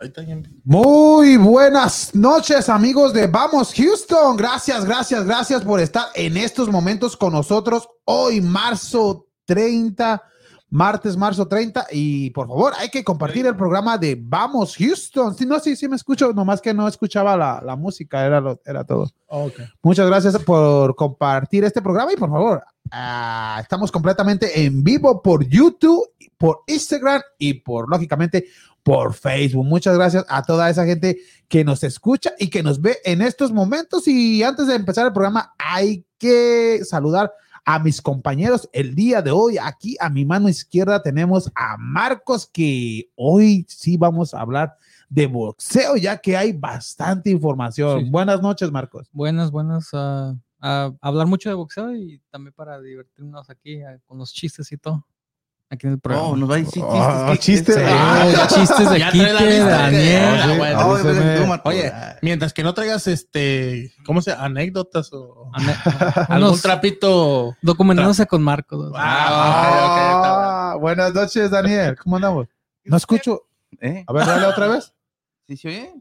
Ahí está bien. Muy buenas noches, amigos de Vamos Houston. Gracias, gracias, gracias por estar en estos momentos con nosotros hoy, marzo 30, martes, marzo 30. Y por favor, hay que compartir el programa de Vamos Houston. Si no, sí, sí me escucho, nomás que no escuchaba la, la música, era, lo- era todo. Ok. Muchas gracias por compartir este programa y por favor, ah, estamos completamente en vivo por YouTube, por Instagram y por, lógicamente, por Facebook. Muchas gracias a toda esa gente que nos escucha y que nos ve en estos momentos. Y antes de empezar el programa, hay que saludar a mis compañeros el día de hoy. Aquí a mi mano izquierda tenemos a Marcos, que hoy sí vamos a hablar de boxeo, ya que hay bastante información. Sí. Buenas noches, Marcos. Buenas, buenas. ah, a hablar mucho de boxeo y también para divertirnos aquí ah, con los chistes y todo. Aquí en el programa. Oh, nos va a decir chistes. Ah, ¿qué- chistes. qué- Ah, Ay, chistes de Ya trae la Quique, lista, Daniel. que- Ah, Ah, Ah, bueno. oye, avísame. tú, Marco. Oye, mientras que no traigas este, ¿cómo se? Anécdotas o ane- algún unos trapito. documentándose con Marco. Ah, buenas noches, Daniel. ¿Cómo andamos? No escucho. ¿Eh? A ver, dale otra vez. ¿Sí se oye?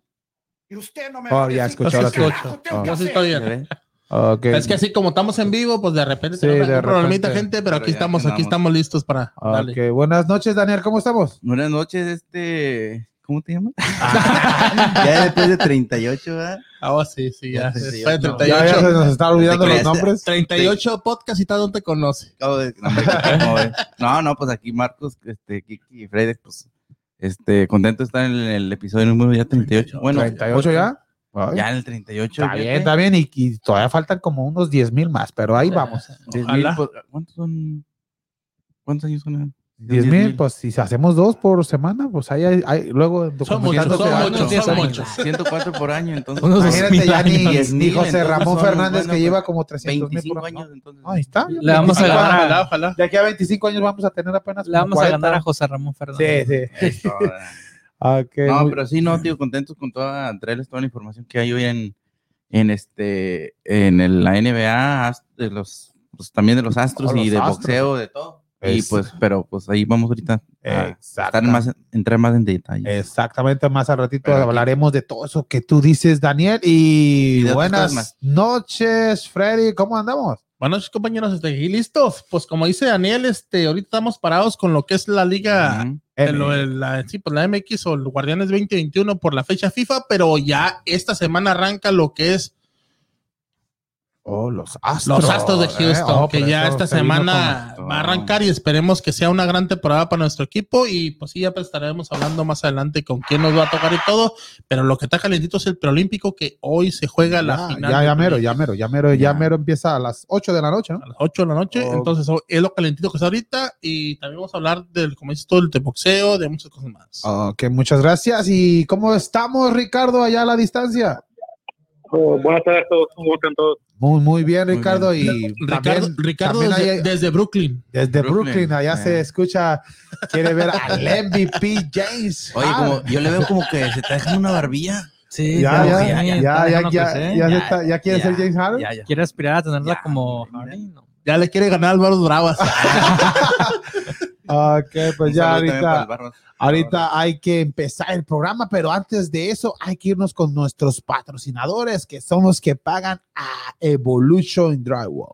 Y usted no me Oh, ya escuchó ahora sí. Ah. Yo sí estoy ¿Se bien. ve? Ok. Es que así como estamos en vivo, pues de repente Sí, tenemos de algún problemita, repente. Ah, gente, pero Pero aquí ya estamos, aquí andamos. estamos listos para darle. Ok, buenas noches, Daniel. ¿Cómo estamos? Buenas noches, este. ¿Cómo te llamas? Ah. ya después de 38, ¿verdad? Ah, sí, sí, ya. Ya te digo, Fue no. Ya, ya 38, se nos están olvidando Te los creas, nombres. 38 podcast y tal, ¿dónde te conoce? Acabo de- no, hombre, ¿cómo ves? No, no, pues aquí Marcos, este, Kiki y Freddy, pues, este, contento de estar en el, el episodio número ya 38. Bueno, 38 ya. Ay, ya en el 38. Está fíjate. bien, está bien. Y, y todavía faltan como unos 10 mil más, pero ahí vamos. 10,000, Ojalá. pues, ¿Cuántos son? ¿Cuántos años son? 10 mil, pues si hacemos dos por semana, pues ahí hay, hay- luego Son muchos, documentándose son a muchos, ocho. son Son muchos. 104 por año, entonces. Unos pues, Imagínate ya ni, años. ni José Entonces, Ramón son, Fernández bueno, que pues, lleva como 300 mil 25 por años, entonces. Ahí está. Le vamos a Ojalá, ganar ojalá, ojalá. De aquí a 25 años vamos a tener apenas. Le vamos a 40. ganar a José Ramón Sí, Fernández. sí. Eso, ¿verdad? Ok, No, muy- pero sí, no, tío, contentos con toda, traerles toda la información que hay hoy en, en este, en el- la NBA, ast- de los, pues, también de los astros Oh, y los de Astros. boxeo, de todo. Y Es- pues, pero pues ahí vamos ahorita a Exacta- estar más, entrar más en Eh, detalle. Exactamente, más al ratito Pero- hablaremos de todo eso que tú dices, Daniel. Y Y de otras buenas cosas más. noches, Freddy. ¿Cómo andamos? Buenas noches, compañeros, este, y listos. Pues como dice Daniel, este, ahorita estamos parados con lo que es la liga, Ujú. de lo de la, sí, pues la MX o el Guardianes 2021 por la fecha FIFA, pero ya esta semana arranca lo que es Oh, los astros. los Astros de eh. Houston, Oh, que pero ya eso esta se vino semana con- va a arrancar y esperemos que sea una gran temporada para nuestro equipo y pues sí, ya pues, estaremos hablando más adelante con quién nos va a tocar y todo, pero lo que está calentito es el preolímpico que hoy se juega con- la Ya, final. ya, de ya mero, preolímpico. ya mero, ya mero, ya Ya. mero empieza a las 8 de la noche, ¿no? a las 8 de la noche. Oh. Entonces, eso es lo calentito que está ahorita. Y también vamos a hablar del, como dices tú, del de boxeo, de muchas cosas más. Ok, muchas gracias. ¿Y cómo estamos, Ricardo, allá a la distancia? Oh, buenas tardes a todos, ¿cómo están todos? Muy, muy bien, Muy Ricardo. Y Ricardo, también- Ricardo también desde, hay- desde Brooklyn. Desde Brooklyn, Brooklyn, allá eh. se escucha, quiere ver al MVP James. Oye, Harden. como, yo le veo como que se está dejando una barbilla. Sí, ya, sí, ya, ya, sí, está ya, ya, dejando ya, crecer. ya, se Ya, está- ya quiere ya, ser James Harden. Ya, ya. Quiere aspirar a tenerla Ya, como hombre, mira. Hardy, ¿no? Ya le quiere ganar al Barros Bravas. Ok, pues Un ya saludo también para el ahorita, Barbas. ahorita hay que empezar el programa, pero antes de eso hay que irnos con nuestros patrocinadores, que son los que pagan a Evolution Drywall.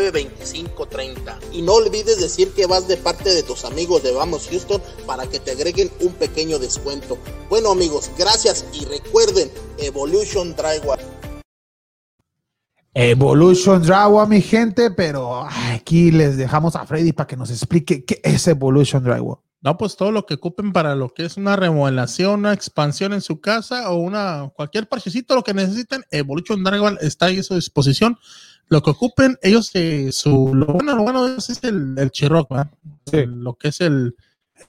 713-459-2530. Y no olvides decir que vas de parte de tus amigos de Vamos Houston para que te agreguen un pequeño descuento. Bueno amigos, gracias y recuerden, Evolution Drywall. Evolution Drywall, mi gente, pero aquí les dejamos a Freddy para que nos explique qué es Evolution Drywall. No, pues todo lo que ocupen para lo que es una remodelación, una expansión en su casa o una cualquier parchecito, lo que necesiten, Evolution Drywall está ahí a su disposición. Lo que ocupen, ellos, eh, su, lo bueno, lo bueno de ellos es el, el Chiroc, ¿verdad? Sí. El- Lo que es el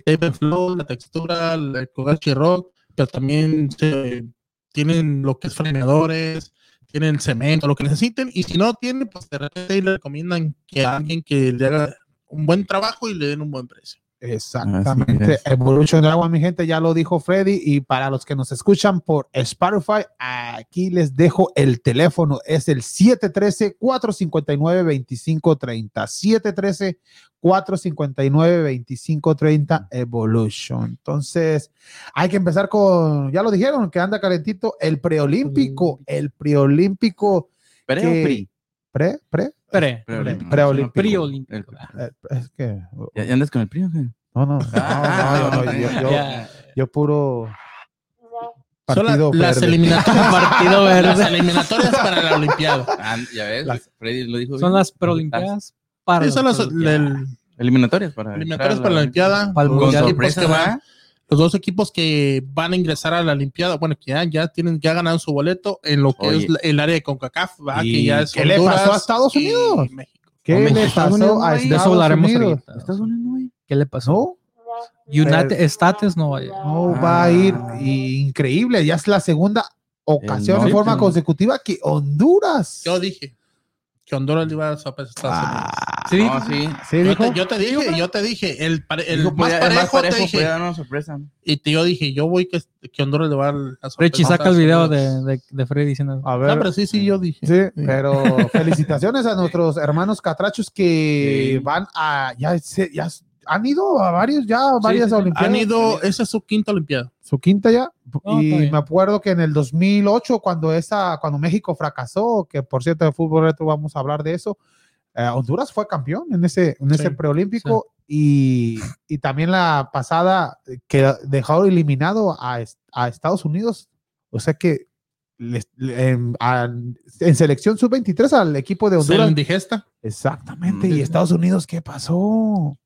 tape and flow, la textura, el color Chiroc, pero también se- tienen lo que es frenadores, tienen cemento, lo que necesiten, y si no tienen, pues de repente ahí le recomiendan que a alguien que le haga un buen trabajo y le den un buen precio. Exactamente. es. Evolution Dragon, mi gente, ya lo dijo Freddy. Y para los que nos escuchan por Spotify, aquí les dejo el teléfono. Es el 713-459-2530. 713-459-2530 Evolution. Entonces, hay que empezar con, ya lo dijeron, que anda calentito, el preolímpico. El preolímpico. Pre que- o pri. ¿Pre? ¿Pre? Pre. Preolímpico. preolímpico. Preolímpico. El- Eh, Es que. ¿Ya, ya andas con el pri o qué? No, no. no, no, yo- yo- yo- Ya. yo puro. Son la- Partido las, verde. eliminatorias, Partido las verde. eliminatorias para la Olimpiada. Ah, ya ves, Las- Freddy lo dijo. Son bien. las preolimpiadas para. Sí, son las las preolimpiadas. el- eliminatorias para eliminatorias entrar a para la Olimpiada. Para el los Con Mundial. pues, equipos sorpresa, que van- ¿verdad? los dos equipos que van a ingresar a la Olimpiada, bueno, que ya, ya tienen, ya ganaron su boleto en lo que Oye. es la- el área de CONCACAF, ¿verdad? ¿Y que ya es qué le Honduras pasó a Estados y Unidos? México. ¿Qué Hombre, le Estados pasó Unidos, a güey. De Estados eso hablaremos Unidos? ahorita. ¿Estás uniendo, güey? ¿Qué le pasó? No, United States no vaya. no va a ir y- increíble. Ya es la segunda ocasión El en forma norte. consecutiva que Honduras. Yo dije que Honduras le iba a sorprender a Estados Unidos. Ah, Sí, No, sí. sí, Yo dijo. te, yo te dije, yo te dije, el, pare- el Dijo, más podía- parejo, te podía dije, dar una sorpresa. y te- yo dije, yo voy que, que Honduras le va a dar la sorpresa. Richie, saca el a video Estados de, Unidos. de, de Freddy diciendo "Ah, eso. A No, ver. pero sí, sí, yo dije. Sí, pero felicitaciones a nuestros hermanos catrachos que Sí. van a ya, se- ya s- han ido a varios ya varias sí, sí. olimpiadas. Han ido, esa es su quinta Olimpiada. su quinta ya. No, está y bien. me acuerdo que en el 2008, cuando, esa, cuando México fracasó, que por cierto, de fútbol retro vamos a hablar de eso, eh, Honduras fue campeón en ese, en ese Sí, preolímpico y, y también la pasada eh, que dejó eliminado a, es- a Estados Unidos. O sea que les- le- en, a- en selección sub-23 al equipo de Se la Honduras. indigesta. Exactamente. Mm. ¿Y Estados Unidos qué pasó?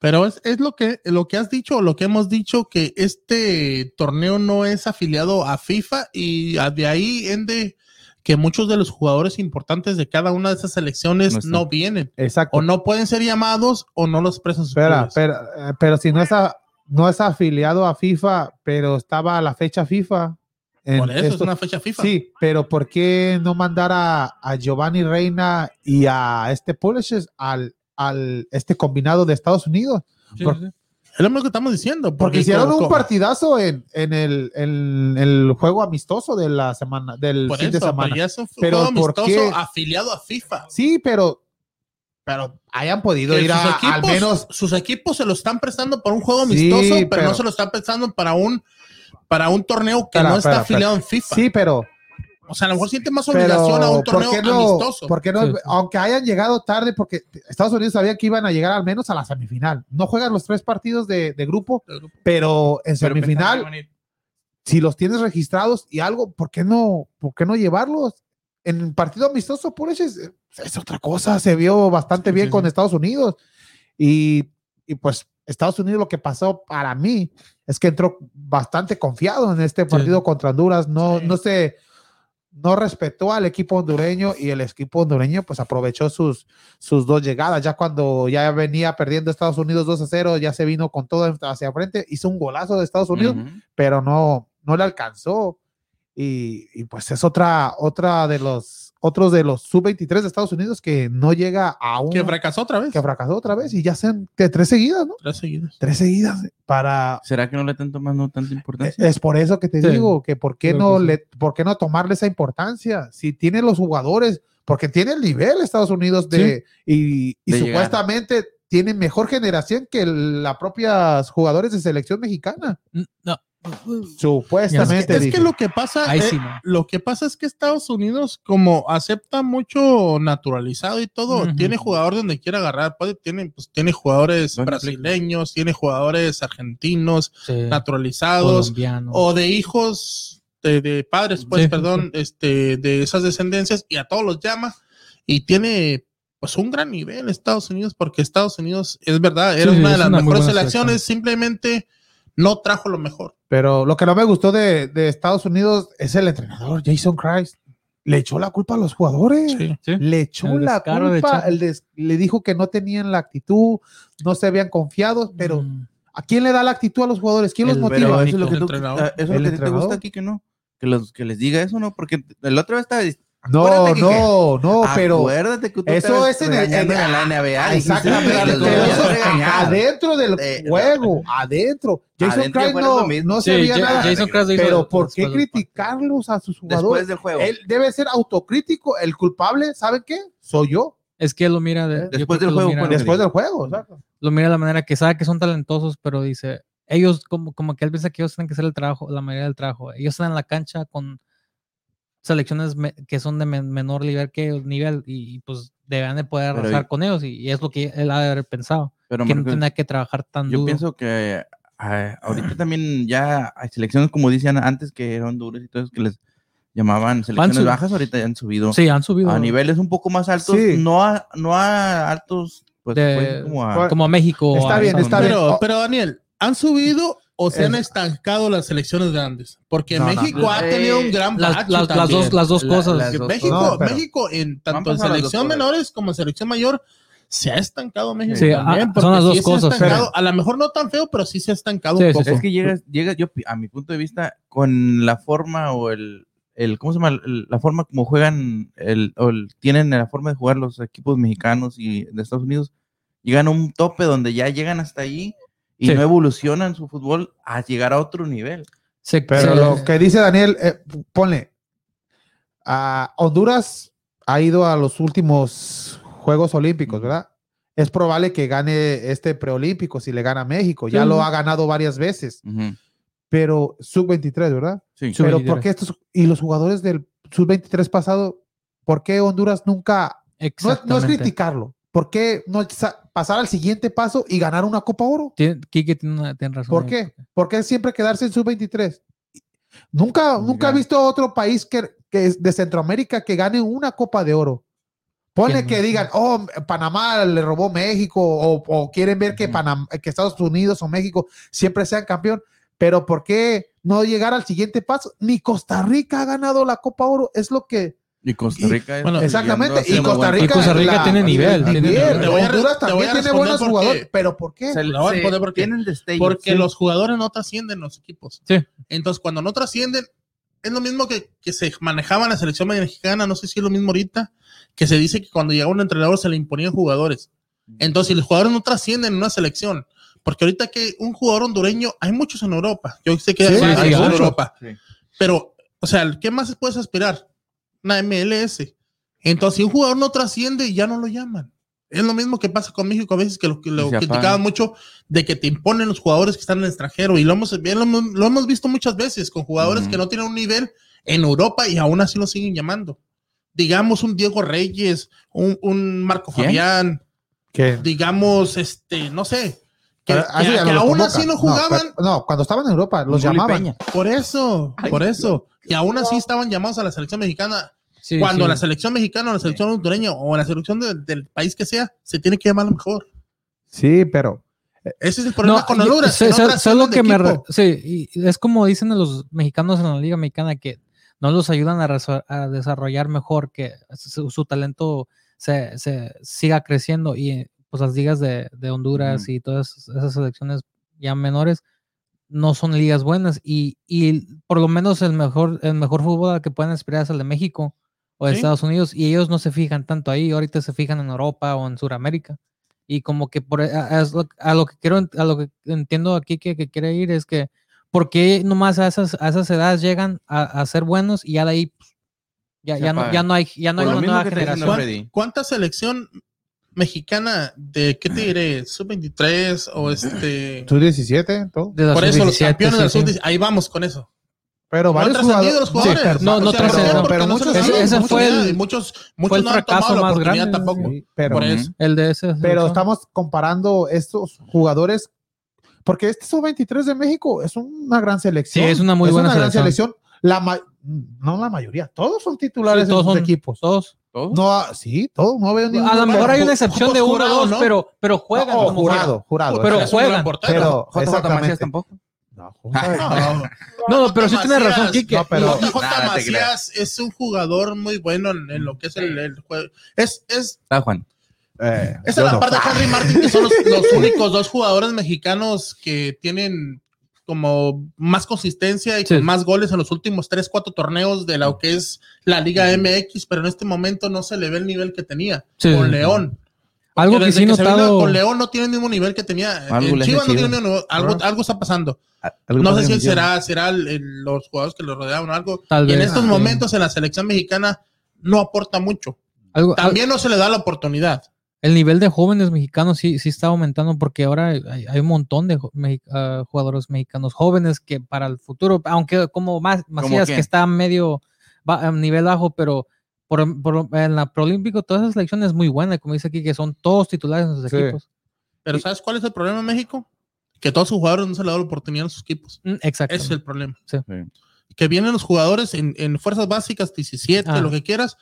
Pero es, es lo que lo que has dicho, lo que hemos dicho, que este torneo no es afiliado a FIFA y a- de ahí ende que muchos de los jugadores importantes de cada una de esas selecciones No no, están. vienen. Exacto. O no pueden ser llamados o no los presan sus Espera, clubes. espera, eh, pero si no es, a- no es afiliado a FIFA, pero estaba a la fecha FIFA. en Por eso es esto- una fecha FIFA. Sí, pero ¿por qué no mandar a, a Giovanni Reina y a este Pulisic al, al este combinado de Estados Unidos? Sí, por- sí. Es lo mismo que estamos diciendo. Porque hicieron co- un co- partidazo en, en el, en el juego amistoso de la semana, del Por fin de eso, semana. pero ya es un Pero juego ¿por amistoso qué? afiliado a FIFA. Sí, pero, pero hayan podido Que ir sus a, equipos, al menos sus equipos se lo están prestando para un juego Sí, amistoso, pero, pero- no se lo están prestando para un para un torneo que Espera, no está espera, afiliado en FIFA. Sí, pero O sea, a lo mejor siente más Pero, obligación a un ¿por torneo qué no? amistoso. ¿por qué no? Sí, sí. Aunque hayan llegado tarde, porque Estados Unidos sabía que iban a llegar al menos a la semifinal. No juegan los tres partidos de, de grupo, pero en Pero semifinal, pensaba que iban a ir. si los tienes registrados y algo, ¿por qué no, por qué no llevarlos? En el partido amistoso, por eso es, es otra cosa. Se vio bastante Sí, bien sí, con sí. Estados Unidos. Y, y pues Estados Unidos lo que pasó para mí es que entró bastante confiado en este partido contra Honduras. No, Sí. no se no respetó al equipo hondureño y el equipo hondureño pues aprovechó sus, sus dos llegadas. Ya cuando ya venía perdiendo Estados Unidos 2 a 0, ya se vino con todo hacia frente. Hizo un golazo de Estados Unidos Ujú. pero no, no le alcanzó. Y, y, pues es otra, otra de los, otros de los sub-23 de Estados Unidos que no llega a un, que fracasó otra vez. que fracasó otra vez y ya sean de tres seguidas, ¿no? Tres seguidas. Tres seguidas para... e, ¿Será que no le están tomando tanta importancia? Es por eso que te Sí. digo que por qué Creo no que sí. le, por qué no tomarle esa importancia si tiene los jugadores, porque tiene el nivel Estados Unidos de y, y De llegar. supuestamente tiene mejor generación que la propias jugadores de selección mexicana. No. Es que, Supuestamente. es que dije. lo que pasa Ahí eh, sí, no. lo que pasa es que Estados Unidos como acepta mucho naturalizado y todo, Ujú. tiene jugador de donde quiera agarrar, puede- tiene pues tiene jugadores Bueno, brasileños, tiene jugadores argentinos Sí. naturalizados Colombiano. o de hijos de, de padres, pues, Sí. perdón, este de esas descendencias y a todos los llama y tiene pues un gran nivel Estados Unidos porque Estados Unidos es verdad, era Sí, una es de las una muy mejores buena selecciones, simplemente no trajo lo mejor. Pero lo que no me gustó de, de Estados Unidos es el entrenador, Jason Christ. Le echó la culpa a los jugadores. Sí. Le echó El la descaro de culpa. echar. el des- le dijo que no tenían la actitud, no se habían confiado, pero Mm. ¿A quién le da la actitud a los jugadores? ¿Quién los El motiva? verónico. eso es lo que, El tú- entrenador. ah, eso es lo El que te entrenador. gusta aquí que no. Que, los, que les diga eso, ¿no? Porque la otra vez estaba. dic- No, acuérdate que- no, no, pero Acuérdate que tú eso estabas es en el- regañando en- en la NBA. dijiste, Exactamente. "Los pero voy a eso- regañar". adentro del Eh, juego, adentro. Jason Adentro Craig fuera lo no, mismo. no Sí, sabía Ja- nada. Jason Krause hizo Pero después ¿por qué del partido. criticarlos a sus Después jugadores? del juego. Él debe ser autocrítico. El culpable, ¿saben qué? Soy yo. Es que él lo mira. de- yo creo Después que lo del juego, mira- pues, Después del juego. exacto. lo mira de la manera que sabe que son talentosos, pero dice, ellos como, como que él piensa que ellos tienen que hacer el trabajo, la mayoría del trabajo. Ellos están en la cancha con selecciones me- que son de men- menor nivel que ellos- nivel y, y, pues deben de poder Pero arrasar y- con ellos y, y es lo que él ha de haber pensado, Pero que no Marco, tenía que trabajar tan yo duro. pienso que ah, ahorita también ya hay selecciones, como decían antes, que eran duras y todo eso, que les llamaban selecciones sub- bajas, ahorita ya han subido sí, han subido a niveles un poco más altos, Sí. no, a, no a altos, pues, De- pues, como a... Bueno, como a México. Está a bien, esa está onda. bien. Pero, Oh. pero Daniel, ¿han subido o se Es- han estancado las selecciones grandes? Porque No, no, México no. ha tenido un gran Las, bache las- las también. dos, las dos La- cosas. las dos México, cosas. No, pero- México en Han tanto en pasado las dos selección cosas. menores como en selección mayor se ha estancado México Sí, también, ah, son porque las dos sí se ha cosas, estancado. pero- a lo mejor no tan feo, pero sí se ha estancado Sí, un sí, poco. Es que llegas, llegas, yo pi- a mi punto de vista, con la forma o el, el ¿cómo se llama? El- la forma como juegan, el, o el- tienen la forma de jugar los equipos mexicanos y de Estados Unidos, llegan a un tope donde ya llegan hasta allí y Sí. no evolucionan su fútbol a llegar a otro nivel. Se- Pero se- lo que dice Daniel, eh, ponle. a Honduras ha ido a los últimos Juegos Olímpicos, ¿verdad? Es probable que gane este preolímpico si le gana a México. Ya Sí. lo ha ganado varias veces, pero sub-23, ¿verdad? Sí. Sub- Pero 23. ¿por qué estos y los jugadores del sub-23 pasado, por qué Honduras nunca no, es- no es exactamente. criticarlo? ¿Por qué no sa- pasar al siguiente paso y ganar una Copa Oro? Tiene- Quique tiene, una- tiene razón. ¿Por ahí. qué? ¿Por qué siempre quedarse en sub-23? Nunca, nunca he Mira. visto otro país que, que es de Centroamérica que gane una Copa de Oro. Pone Que que no. digan, oh, Panamá le robó México, o, o quieren ver que, Ujú. Panam- que Estados Unidos o México siempre sean campeón, pero ¿por qué no llegar al siguiente paso? Ni Costa Rica ha ganado la Copa Oro, es lo que. Y Costa Rica. es- bueno, Exactamente, y llegando a ser Costa buen- Rica, Y Costa Rica la- tiene nivel, la- tiene nivel. nivel. Te voy a re- Honduras te voy a también tiene responder buenos por jugadores, qué. pero ¿por qué? se- Te la voy a se- responder porque- tienen destellos, Porque sí. los jugadores no trascienden los equipos. Sí. Entonces, cuando no trascienden, es lo mismo que, que se manejaba en la selección mexicana, no sé si es lo mismo ahorita, que se dice que cuando llegaba un entrenador se le imponían jugadores. Entonces, si los jugadores no trascienden en una selección, porque ahorita que un jugador hondureño, hay muchos en Europa, yo sé que Sí, hay sí, muchos hay en muchos. Europa, Sí. pero, o sea, ¿qué más puedes aspirar? Una MLS. Entonces, si un jugador no trasciende, ya no lo llaman. Es lo mismo que pasa con México a veces, que lo, que lo se apaga. criticaban mucho, de que te imponen los jugadores que están en el extranjero. Y lo hemos, bien lo, hemos- lo hemos visto muchas veces con jugadores Ujú. que no tienen un nivel en Europa y aún así lo siguen llamando. Digamos un Diego Reyes, un, un Marco ¿Quién? Fabián, digamos, este, no sé. Que, Pero ah, así que- ya que no los aún convocan. así no No, jugaban. pero- No, cuando estaban en Europa los Julio llamaban. Peña. por eso, Ay, por eso. Que aún así estaban llamados a la selección mexicana Sí, cuando sí. la selección mexicana o la selección hondureña o la selección de- del país que sea, se tiene que llamar a lo mejor. Sí, pero Ese es el problema con yo- Honduras. sé- que no sé- sé trascienden lo de que me re- equipo. sí, y es como dicen a los mexicanos en la Liga Mexicana que no los ayudan a, reso- a desarrollar mejor, que su, su talento se, se siga creciendo y eh, pues las ligas de, de Honduras Ujú. y todas esas- esas selecciones ya menores no son ligas buenas y, y por lo menos el mejor, el mejor fútbol al que pueden aspirar es el de México o de Sí. Estados Unidos y ellos no se fijan tanto ahí, ahorita se fijan en Europa o en Sudamérica y como que por a, a- es lo- a lo que quiero ent- a lo que entiendo aquí que, que quiere ir es que porque nomás a esas a esas edades llegan a, a ser buenos y ya de ahí pues, ya, Se ya no ya apagan. no hay ya no Por hay lo una mismo nueva que te dicen, generación ¿no? Freddy. ¿Cuánta selección mexicana de, qué te diré, sub-23 o este... tú 17, todo. de la Por eso los sub-17, campeones sí, del sí. sub ahí vamos con eso. Pero No han varios trascendido los jugadores. jugadores. pero- No, no O sea, ¿por qué? pero- trascendieron, Porque pero no se muchos les ese- da la ese fue oportunidad el- y muchos, fue muchos el no han fracaso tomado la más oportunidad grande, tampoco. sí, pero, Por eso. el de ese pero selección. estamos comparando estos jugadores porque este sub-23 de México es una gran selección. Sí, es una muy buena gran selección. La ma- no la mayoría, todos son titulares Sí, todos en sus son- equipos. todos Todos. No, ah, sí, todos, no veo ningún a lo mejor hay una ju- excepción ju- de uno o jurado, dos ¿no? pero pero juegan No, como juegan. jurado, Ah, jurado. Pero Es un gran juegan. portero. pero JJ Macías exactamente. tampoco. No, Jota- No, no, no, pero sí tienes Macías, razón Kike no, pero- Pero JJ Nada, te Macías es un jugador muy bueno en, en lo que es el, el juego. Es, es Está Ah, Juan. Eh, Esa yo es la no. parte de Henry Martin, que son los, los únicos dos jugadores mexicanos que tienen como más consistencia y Sí. con más goles en los últimos 3, 4 torneos de lo que es la Liga MX, pero en este momento no se le ve el nivel que tenía Sí. con León. Algo Porque que desde sí he se vino notado. con León no tiene el mismo nivel que tenía. eh, Algo en le hace Chivas no tiene Chivas. el mismo nivel. algo, Ajá. algo está pasando. Ah, Algo No pasa sé en si mi tierra. será, será el- el- los jugadores que lo rodeaban o algo. Tal Y en vez, estos sí. momentos en la selección mexicana no aporta mucho. algo- al- También no se le da la oportunidad. el nivel de jóvenes mexicanos sí, sí está aumentando porque ahora hay, hay un montón de jo- mexi- ah, jugadores mexicanos jóvenes que para el futuro, aunque como más Macías que quién? está medio ba- a nivel bajo, pero por, por- en la Prolímpico todas esas selecciones es muy buena, como dice aquí, que son todos titulares en sus Sí. equipos. Pero ¿sabes cuál es el problema en México? Que todos sus jugadores no se le da la oportunidad en sus equipos. Mm, Exacto. Ese es el problema. Sí. Que vienen los jugadores en, en fuerzas básicas, 17, Ah. lo que quieras,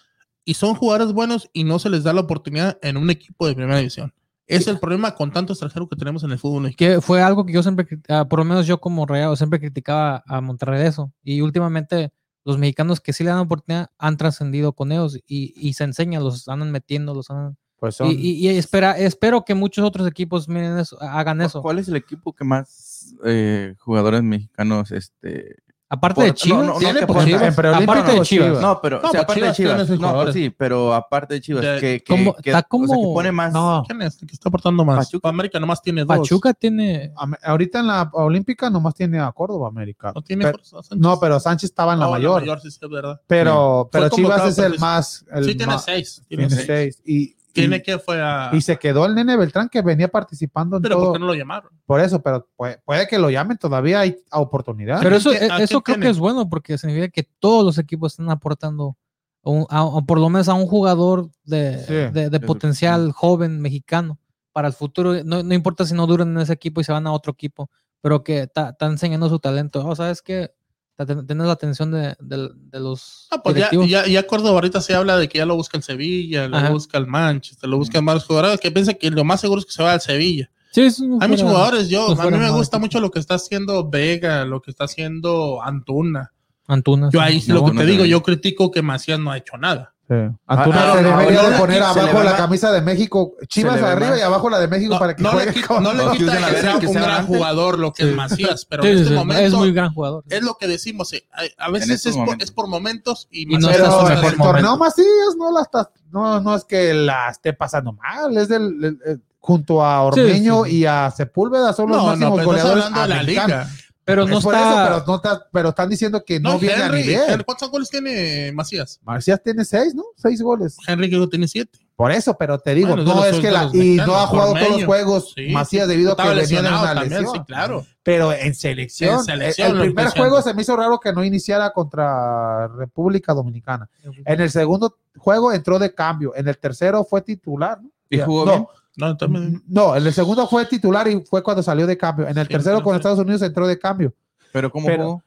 y son jugadores buenos y no se les da la oportunidad en un equipo de primera división. Ese es el problema con tanto extranjero que tenemos en el fútbol mexicano. que fue algo que yo siempre, cri- ah, por lo menos yo como real, siempre criticaba a Monterrey de eso. Y últimamente los mexicanos que sí le dan oportunidad han trascendido con ellos y, y se enseñan, los andan metiendo, los andan... Pues y- son- Y, y espera, espero que muchos otros equipos miren eso, hagan eso. ¿Cuál es el equipo que más eh, jugadores mexicanos este, Aparte por- de no, Chivas, no, no, tiene que por por- Chivas. en preolímpico aparte de no, Chivas. Chivas. No, pero No, o sea, pues aparte de Chivas tiene Chivas. sus No, pues jugadores. sí, pero aparte de Chivas, De- que, que, Como- está que- o sea, que como- pone más. No, ¿Quién es? el que está aportando más? Pachuca. América nomás tiene dos. Pachuca tiene... Am- ahorita en la Olímpica nomás tiene a Córdoba América. No tiene Pero- fuerza, Sánchez. no, pero Sánchez estaba en la No, mayor. sí, sí, es verdad. Pero, Fue pero Chivas convocado es el por- más. El sí, tiene más- seis. Tiene tiene seis. seis. Y, Tiene y- que fue a. y se quedó el nene Beltrán que venía participando en pero todo. ¿por qué no lo llamaron? Por eso, pero puede, puede que lo llamen, todavía hay oportunidad. Pero eso, e, quién tie- a eso quién creo que tiene? es bueno porque significa que todos los equipos están aportando a un- a- a- por lo menos a un jugador de, Sí. de- de De su- potencial joven mexicano para el futuro. No, no importa si no duran en ese equipo y se van a otro equipo, pero que ta- están enseñando su talento. O sea, es que ta- ten- tienes la atención de, de- de los Ah, pues ya, directivos. ya, ya Córdoba ahorita se habla de que ya lo busca el Sevilla, lo Ajá. busca el Manchester, lo Mm. buscan varios jugadores que piensa que lo más seguro es que se va al Sevilla. Sí, es un Hay muchos jugador, jugadores, yo, pues a mí fuera me mal. gusta mucho lo que está haciendo Vega, lo que está haciendo Antuna. Antuna, Yo sí. ahí sí No, lo que no te te digo, veo. yo critico que Macías no ha hecho nada. Sí. Antuna Ah, se ah, debería ahora de poner se le abajo va la más. camisa de México, Chivas le va arriba más. y abajo la de México No, para que no juegue le quita, con- no le los que quita usan la que verga sea que un sea gran grande. jugador lo que es Macías, pero Sí, en sí, este sí, es momento muy gran jugador. es lo que decimos, eh, a, a En veces estos es por, momentos. es por momentos y, no Macías está su no está pero en mejor el haciendo- torneo Macías no la está, no, no es que la esté pasando mal, es del el- el- junto a Sí, Ormeño sí, sí. y a Sepúlveda son los No, no, máximos pero estás goleadores hablando de la americanos. liga. pero Es no por está... eso, pero, no está- pero están diciendo que no, No, viene a Henry, nivel. Henry, ¿cuántos goles tiene Macías? Marcial tiene seis, ¿no? Seis goles. Henry creo que tiene siete. Por eso, pero te digo, Bueno, de no los- es que de la, los y no mexicanos, ha jugado todos los Ormeño. juegos Sí, Macías sí, debido a que estaba venía de lesionado una también, lesión. sí, claro. Pero en selección, En selección el- el, lo primer empezando. juego se me hizo raro que no iniciara contra República Dominicana. En el segundo juego entró de cambio, en el tercero fue titular. ¿no? ¿Y jugó no, bien? No, también- no, en el segundo fue titular y fue cuando salió de cambio. En el Sí, tercero con entonces- Estados Unidos entró de cambio. Pero ¿cómo Pero- jugó?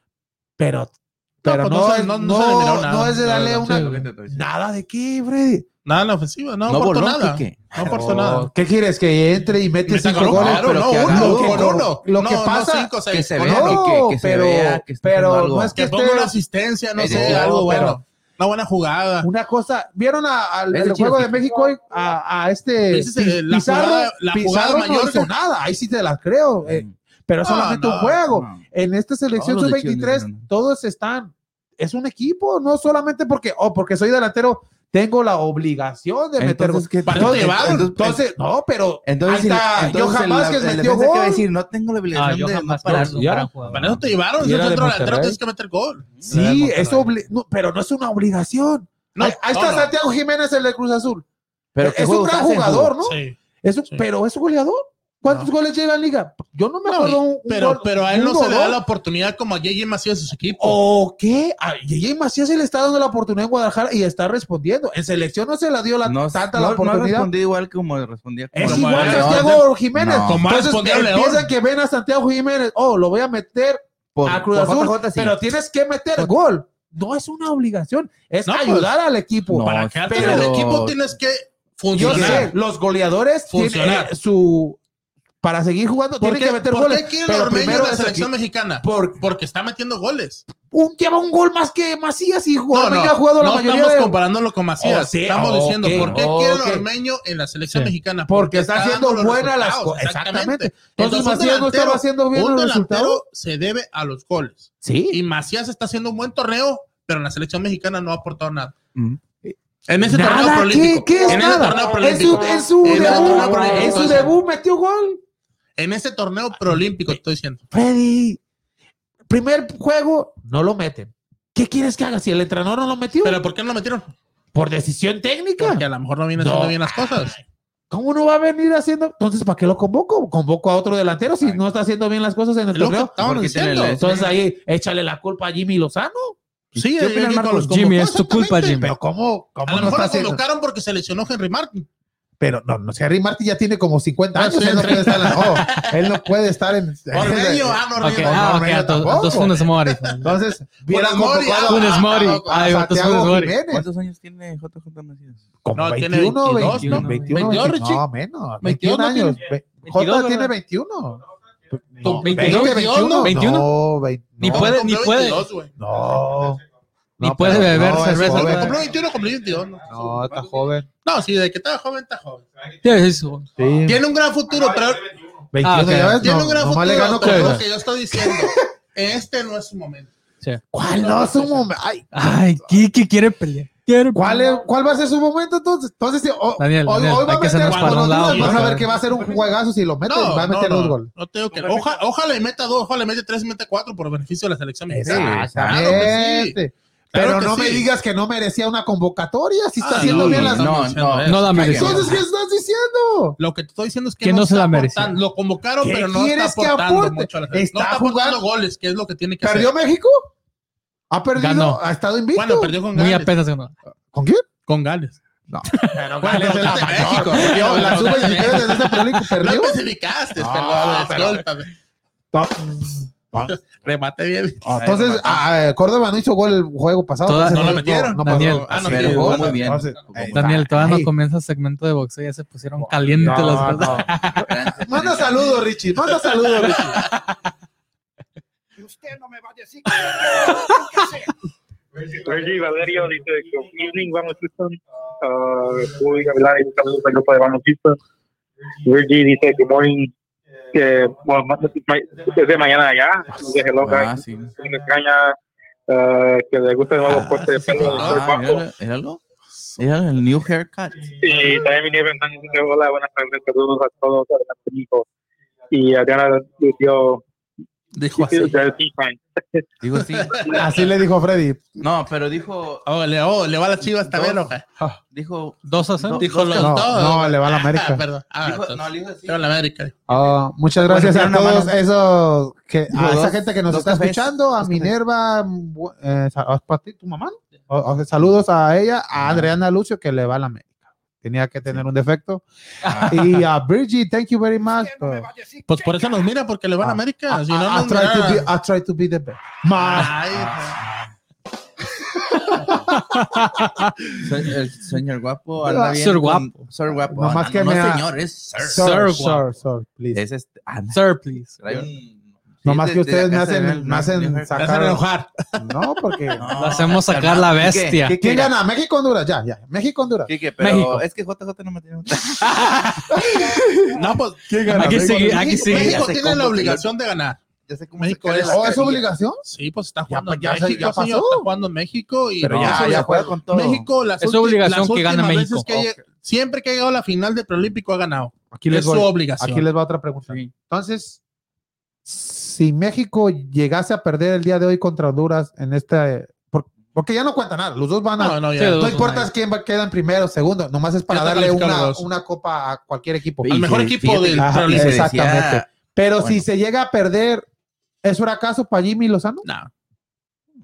Pero, No, pero pues no, no se- es- no- no, no se le miró no nada, es de la darle verdad, una. sí. Nada de qué, Freddy. Nada en la ofensiva, no, No aportó voló, nada. ¿qué? No aportó nada. ¿Qué quieres? Que entre y mete Oh. Meta cinco con un- goles. claro, pero no, que haga uno, lo que- con uno. lo No, que pasa- no, cinco, seis, que se con vea, uno. ¿no? que- que se pero, vea que está pero haciendo algo. no es que Que esté ponga una asistencia, no Eh, sé, no, algo pero- bueno. Una buena jugada. una cosa. ¿Vieron a- al Ese el Chivas juego de que- México hoy? A, a este Ese es el- la Pizarro, jugada- la jugada Pizarro mayor. no hizo nada. Ahí sí te las creo. eh, pero es No, solamente no, un juego. No. En esta selección Todos los de sub-23 Chivas, no, no. todos están. Es un equipo, no solamente porque, oh, porque soy delantero, tengo la obligación de meter Entonces, goles. ¿qué? ¿Para qué te llevaron? Entonces, no, pero Entonces, ahí está el- entonces Johan el- Vázquez el metió defensa que va a gol. decir, no tengo la Ah, obligación yo de jamás parar". pararlo, ya. gran jugador. Para eso te llevaron, si Y es era de centro delantero Monterrey. tienes que meter gol. Era de Sí, Monterrey. es obli- no, pero no es una obligación. No, ahí, ahí no, está no. Santiago Jiménez, el de Cruz Azul. Pero ¿qué es un juegos gran hacen, jugador, ¿no? Sí. Es un- Sí. Pero es un goleador. ¿Cuántos No. goles lleva en liga? Yo no me No, acuerdo un, Oh, un gol- Pero, pero a él no uno se le da dos. la oportunidad como a J.J. Macías a su equipo. ¿O qué? A J.J. Macías se le está dando la oportunidad en Guadalajara y está respondiendo. En selección no se la dio la, No, tanta no- la No oportunidad. respondí igual como respondía. es Como igual a Santiago Jiménez. No. Como ha Entonces respondido León. piensan que ven a Santiago Jiménez, oh, lo voy a meter a Cruz Azul, pero tienes que meter gol. No es una obligación, es No, pues, ayudar al equipo. no, Para quedarte pero- en el equipo tienes que Yo funcionar. sé, los goleadores tienen Funcionar. eh, su, Para seguir jugando, ¿Por tiene qué, que meter ¿por qué goles. quiere pero Ormeño primero la es selección aquí. mexicana? Por- Porque está metiendo goles. un, lleva un gol más que Macías y No, Ormeño no, ha jugado la no mayoría estamos de comparándolo con Macías. Oh, sí, estamos oh, diciendo, ok, ¿por qué oh, quiere ok. Ormeño en la selección Sí. mexicana? porque está haciendo dando los buenas las resultados, cosas. Exactamente. Entonces un Macías no estaba delantero- haciendo bien Un los resultados. delantero se debe a los goles. Sí. Y Macías está haciendo un buen torneo, pero en la selección mexicana no ha aportado nada. Mm. Ujú. En ese torneo Nada, ¿qué, prolímpico. qué es en ese torneo nada? En su, prolímpico. en su En ese torneo debut, prolímpico, en su entonces. debut metió gol. En ese torneo prolímpico, estoy diciendo. Freddy, primer juego, no lo meten. ¿Qué quieres que haga si el entrenador no lo metió? ¿Pero por qué no lo metieron? por decisión técnica. Porque a lo mejor no viene haciendo No. bien las cosas. ¿Cómo no va a venir haciendo? Entonces, ¿para qué lo convoco? Convoco a otro delantero si no está haciendo bien las cosas en el Lo que torneo. estaban Porque tiene diciendo. la- Entonces ahí échale la culpa a Jimmy Lozano. Pues, Sí, ¿Qué el- opinas, el- Marcos? los convocó, Jimmy, es tu culpa, exactamente. Jimmy. Pero ¿cómo, cómo A lo no mejor está lo haciendo? convocaron porque se lesionó Henry Martin. Pero no, no, Henry Martí ya tiene como 50 Ah, años. sí, él, no sí. puede estar en la- oh, él no puede estar en. Ormeño, ah, no, Ok, Ormeño. ah, ok, Ormeño entonces- tampoco. entonces Funes Mori. Entonces, hubieras Mori, convocado Pues, ah, Funes ah, Mori. ah, ah, a Ay, entonces Santiago Funes Mori. Jiménez. ¿Cuántos años tiene JJ Macías? Como No, tiene 21, 22, 21, ¿no? 21, 22, 20, no, menos. 22 21 no años. Ve- Jota ¿verdad? tiene 21. No, 20, 21. 21. No, 20, Ni no, puede- cumplió ni puede. 22, güey. No. Ni No, puede pero beber no, es cerveza. joven. Cumplió 21, cumplió 22. No, No, está joven. No, sí, de que estaba joven, está joven. ¿Qué es eso? Sí. Tiene un gran futuro, pero 21, Ah, ok. ya ves, tiene no, un gran nomás le futuro, gano pero con- lo que yo estoy diciendo. Este no es su momento. ¿Cuál no es su momento? Ay, Ay, Kiki quiere pelear. Quiere ¿cuál, es- ¿Cuál va a ser su momento entonces? Entonces, sí, o- Daniel, hoy, Daniel, hoy va hay a meter que hacernos cuando para un nos lado, digan, por Vas a ver favor. que va a ser un juegazo si lo mete, No, Este va a meter no, los no, goles. no tengo que. Oja- ojalá le meta dos, ojalá le mete tres, mete cuatro por beneficio de la selección mexicana. Ah, Claro que sí. Exactamente. Pero Claro que no me sí. digas que no merecía una convocatoria, si está Ah, haciendo no, bien no, las no, no, No la mereció. Entonces, ¿qué estás diciendo? Lo que te estoy diciendo es que Que no se la está merecía. aportando. Lo convocaron, ¿Qué pero no está quieres que aportando aporte? mucho a la selección. No Está está aportando jugando- goles, que es lo que tiene que ¿Perdió hacer. México? ¿Ha perdido? Ganó. ¿Ha estado invicto? Bueno, perdió con Muy Gales. apenas ganó. ¿Con quién? Con Gales. Pero Gales es la mayor. Yo, la sube y quiere desde esta película No perdió. especificaste, No, perdón, pero- discúlpame. Remate bien. Entonces, ah, eh, Córdoba no hizo gol el juego pasado. Toda- Entonces, no lo metieron. pasó. Daniel, Ah, no, Pero sí, jugó jugó muy bien. Entonces, Daniel, Daniel, todavía ay, no comienza el segmento de boxeo, ya se pusieron calientes no, las cosas. no. Manda saludos, Richie. Manda saludos, Richie. Y usted no me va a decir que yo tengo que hacer. Reggie Valerio dice que evening vamos Houston. Ah, voy a hablar un saludo al grupo de Vamos Houston. Reggie dice good morning. Que bueno, ma- ma- es de mañana allá. Dice hello Ah, guys. sí. Me extraña ah, que le gusta el nuevo corte de pelo. del Ah, cuerpo. míralo, míralo. Míralo, el new haircut. Y también mi nieve Hernández dice, hola, buenas tardes, saludos a todos, adelante, Nico. Y Adriana dio Dijo así. del Team Time. Digo sí. Así le dijo Freddy. No, pero dijo, Oh, le, oh, le va la chiva esta vez, Dos. loca. dijo, Dos a cero. No, Dijo los No, dos. no, le va a la Ah, América. perdón. Ah, dijo- entonces, no, le dijo sí. le va a la América. Ah, muchas gracias Bueno, a tiene una todos mano. esos que a Dos- esa gente que nos dos está cafés. escuchando, a Dos cafés. Minerva, bu- eh, sa- a Pati, tu mamá. O- o- saludos a ella, a Adriana Lucio que le va a la América. Tenía que tener un defecto. Y a Virgie, thank you very much. Usted no me va a decir Pues que por eso yo- nos mira, porque le va a Ah, la América. I, Ah, si no, I no try to be, mirara. I try to be the best. Ah, Ay, se- el señor guapo anda Ah, bien. Sir con- guapo. Sir guapo. Nomás Ah, que no, me ha- señor, es sir. Sorry, Sir, guapo. sorry, sorry, please. Es este. ah, Sir, please. trae un- Nomás Sí, que desde ustedes me acá se hacen- ve el- me hacen el- te sacar- hacen enojar. No, porque No, Lo hacemos sacar calma. la ¿Qué- bestia. qué- qué- ¿Quién gana? México Honduras, ya, ya. México Honduras. Quique, pero México. es que JJ no me tiene un No, pues. Aquí México- sigue, aquí México, México sigue. Ya se tiene la convirtió. obligación de ganar. Ya sé cómo México sacarle es- la ¿O es carrilla. obligación? Sí, pues está Ya, jugando pues, ya en se- México, ya señor, pasó. está jugando en México y Pero no, ya, se ya le- juega con todo. México las Es últimas- obligación las que gane últimas veces México. que llegue- siempre que ha llegado a la final del preolímpico ha ganado. Aquí es su voy. obligación. Aquí les va otra pregunta. Entonces, si México llegase a perder el día de hoy contra Honduras en este. por- porque ya no cuenta nada, los dos van a. No, no, ya. Sí, No, los dos importa van a- quién va, queda en primero, segundo, nomás es para Ya te darle calificaron una, los dos. una copa a cualquier equipo. Al Y mejor se- equipo fíjate del que- Ajá, y se decía- exactamente. Pero si bueno. se llega a perder, ¿es fracaso para Jimmy Lozano? No,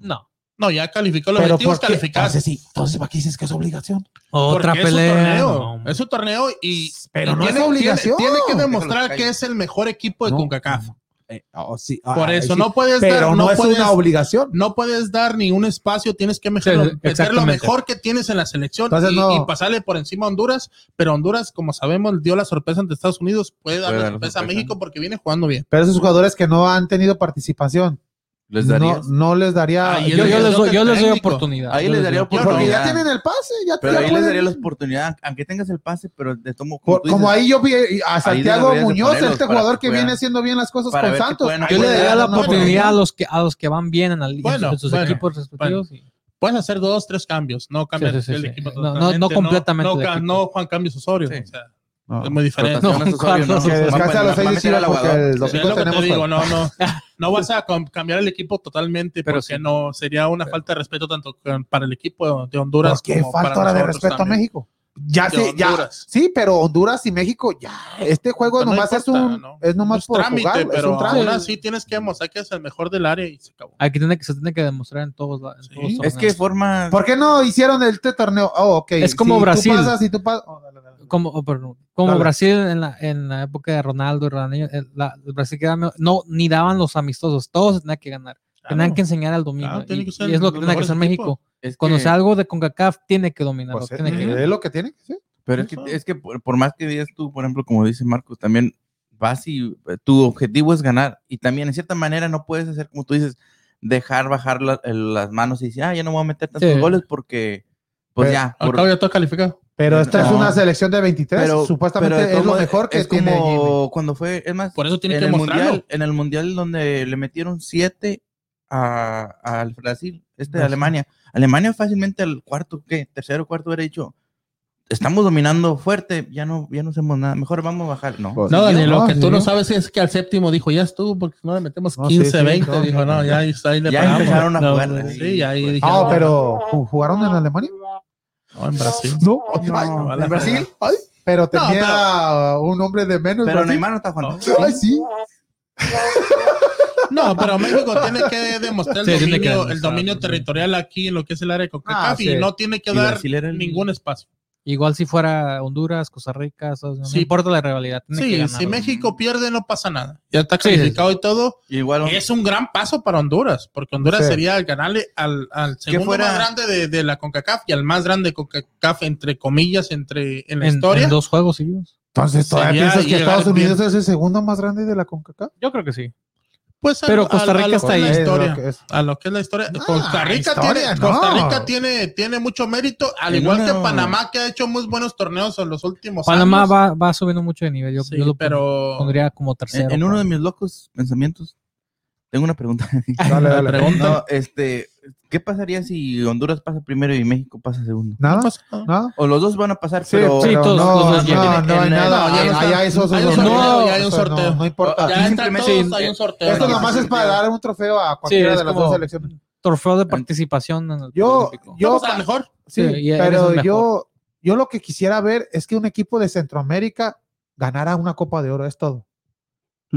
No. no, ya calificó los objetivos ¿por qué? calificados. Entonces, ah, sí, entonces, ¿para qué dices que es obligación? Otra Porque pelea. Es su torneo, No, es su torneo y, Pero y no es tiene, obligación. tiene- tiene que Déjalo demostrar caer. que es el mejor equipo de No. CONCACAF. eh, oh, sí, Por ah, eso sí, no puedes Pero dar, no, no, es puedes, una obligación. no puedes dar ni un espacio, tienes que Sí, mejorar, meter lo exactamente. mejor que tienes en la selección Entonces, y, no. y pasarle por encima a Honduras, pero Honduras, como sabemos, dio la sorpresa ante Estados Unidos, puede dar Puede la dar la sorpresa a sorpresa. México porque viene jugando bien. Pero esos jugadores que no han tenido participación, Les no, daría. no les daría. Ahí Yo, es yo lo les que doy, el yo les doy técnico- oportunidad. ahí yo les daría doy yo- porque oportunidad. ya tienen el pase, ya, Pero ya ahí les pueden- daría la oportunidad, aunque tengas el pase, pero de tomo. Por- tú dices, como ahí yo vi eh, a Santiago deberías de Muñoz, ponerlos este para jugador que que puedan- viene haciendo bien las cosas para con ver qué Santos. pueden ahí Yo Yo le le daría daría la no, no, oportunidad a no. los que a los que van bien en, la li- en Bueno, su- en sus bueno, equipos respectivos. y- Puedes hacer dos, tres cambios, no cambiar Sí, sí, sí, el sí. equipo No, no- no totalmente, completamente No, de ca- equipo. no Juan Cambios Osorio, Sí. o sea, No. es muy diferente. rotación No, es Osorio, Carlos, Que Va- descansa a los Va seis meter al decidas porque aguador. el O sea, domingo es lo que te tenemos. digo, no, no, no vas a com- cambiar el equipo totalmente Pero pero sí. porque no sería una falta de respeto tanto con- para el equipo de ¿Por Honduras qué como falta para ahora de nosotros respeto también. a México? Ya De sí, ya. Honduras. Sí, pero Honduras y México ya. Este juego Pero no nomás es importa, un ¿no? es nomás Es por trámite, jugar, es pero un trámite. aún así tienes que mostrar que es el mejor del área y se acabó. Aquí tiene que, se tiene que demostrar en todos lados. Sí. Es que forma. ¿Por qué no hicieron este torneo? Oh, ok. Es como Si tú Brasil. pasas y tú pasas- oh, dale, dale, dale. como, oh, perdón, como Dale. Brasil en la, en la época de Ronaldo y Ronaldinho, el, la- el Brasil quedaba mejor. no ni daban los amistosos, todos se tenían que ganar, tenían Claro. que enseñar al dominio Claro, tiene y, que ser y es lo que los tiene que mejores hacer México. es que- Cuando sea algo de Concacaf tiene que dominarlo, Pues, tiene que- eh, es lo que tiene que ser. Pero es que, es que por, por más que digas tú, por ejemplo, como dice Marcos, también vas y eh, tu objetivo es ganar. Y también, en cierta manera, no puedes hacer como tú dices, dejar bajar la- el- las manos y decir, ah, ya no voy a meter tantos Sí. goles porque, pues Pero- ya. Al por- cabo ya todo calificado. Pero esta es No. una selección de 23, pero- supuestamente pero de es todo lo modo, mejor que es tiene Jimmy. como cuando fue, es más, Por eso tiene en que el, mundial, mostrarlo. en el mundial donde le metieron 7 a, al Brasil, este de Alemania. Alemania fácilmente al cuarto, ¿qué? Tercero, cuarto hubiera dicho, estamos dominando fuerte, ya no, ya no hacemos nada, mejor vamos a bajar, ¿no? Pues, No, Daniel, lo no, que sí, tú no sí. sabes es que al séptimo dijo, ya estuvo, porque no le metemos No, 15, sí, sí, 20. no, dijo, no, no. ya, ahí está, ahí le Ya paramos. empezaron a No, jugar, pues, sí, Sí, ahí pues. dije, Ah, no, pero ¿ju- jugaron en Alemania. no, en Brasil. No, ay, ¿en Brasil? Ay, pero tenía un hombre de menos. Pero Brasil. Neymar no está jugando. Ay, sí. No, pero México tiene que demostrar Sí, el tiene que dominio, el demostrar, dominio sí. territorial aquí en lo que es el área de CONCACAF Ah, sí. y no tiene que Y dar Brasil era el- ningún espacio. Igual si fuera Honduras, Costa Rica, Estados Unidos, no Sí. importa la rivalidad. tiene que Sí, ganarlo. si México pierde no pasa nada. Ya está Sí, sí, calificado y todo. Igual Es un gran paso para Honduras, porque Honduras Sí. sería el ganarle al, al segundo fuera- más grande de, de la CONCACAF y al más grande de CONCACAF, entre comillas, entre en la en, historia. en dos juegos seguidos. Entonces, ¿todavía Sería piensas que llegar Estados bien. Unidos es el segundo más grande de la CONCACAF? Yo creo que sí. Pues Pero lo- Costa Rica lo está que es ahí. La Es lo historia. que es. A lo que es la historia. Ah, Costa Rica, historia, tiene, no. Costa Rica tiene, tiene mucho mérito, al En igual que una- Panamá, que ha hecho muy buenos torneos en los últimos Panamá años. va, va subiendo mucho de nivel. Yo, Sí, yo lo pero pondría como tercero. en, en uno de pues. por- mis locos pensamientos, tengo una pregunta. Dale, dale. No, este, ¿qué pasaría si Honduras pasa primero y México pasa segundo? no ¿Nada? pasa nada. ¿Nada? O los dos van a pasar, Sí, pero Sí, pero todos- no, los no, dos llegan. no hay En- nada. no, ya no Ahí está. hay esos Hay un dos sorteo, no, ya hay un eso no, sorteo. No importa. Ya entran simplemente- todos, hay un sorteo. Esto Ya, nomás sí, es para ya. dar un trofeo a Sí, cualquiera es de las como dos selecciones. Trofeo de participación en el Yo, Olímpico. yo, Vamos a lo mejor. sí, Sí, y eres el pero mejor. yo, yo lo que quisiera ver es que un equipo de Centroamérica ganara una Copa de Oro, es todo.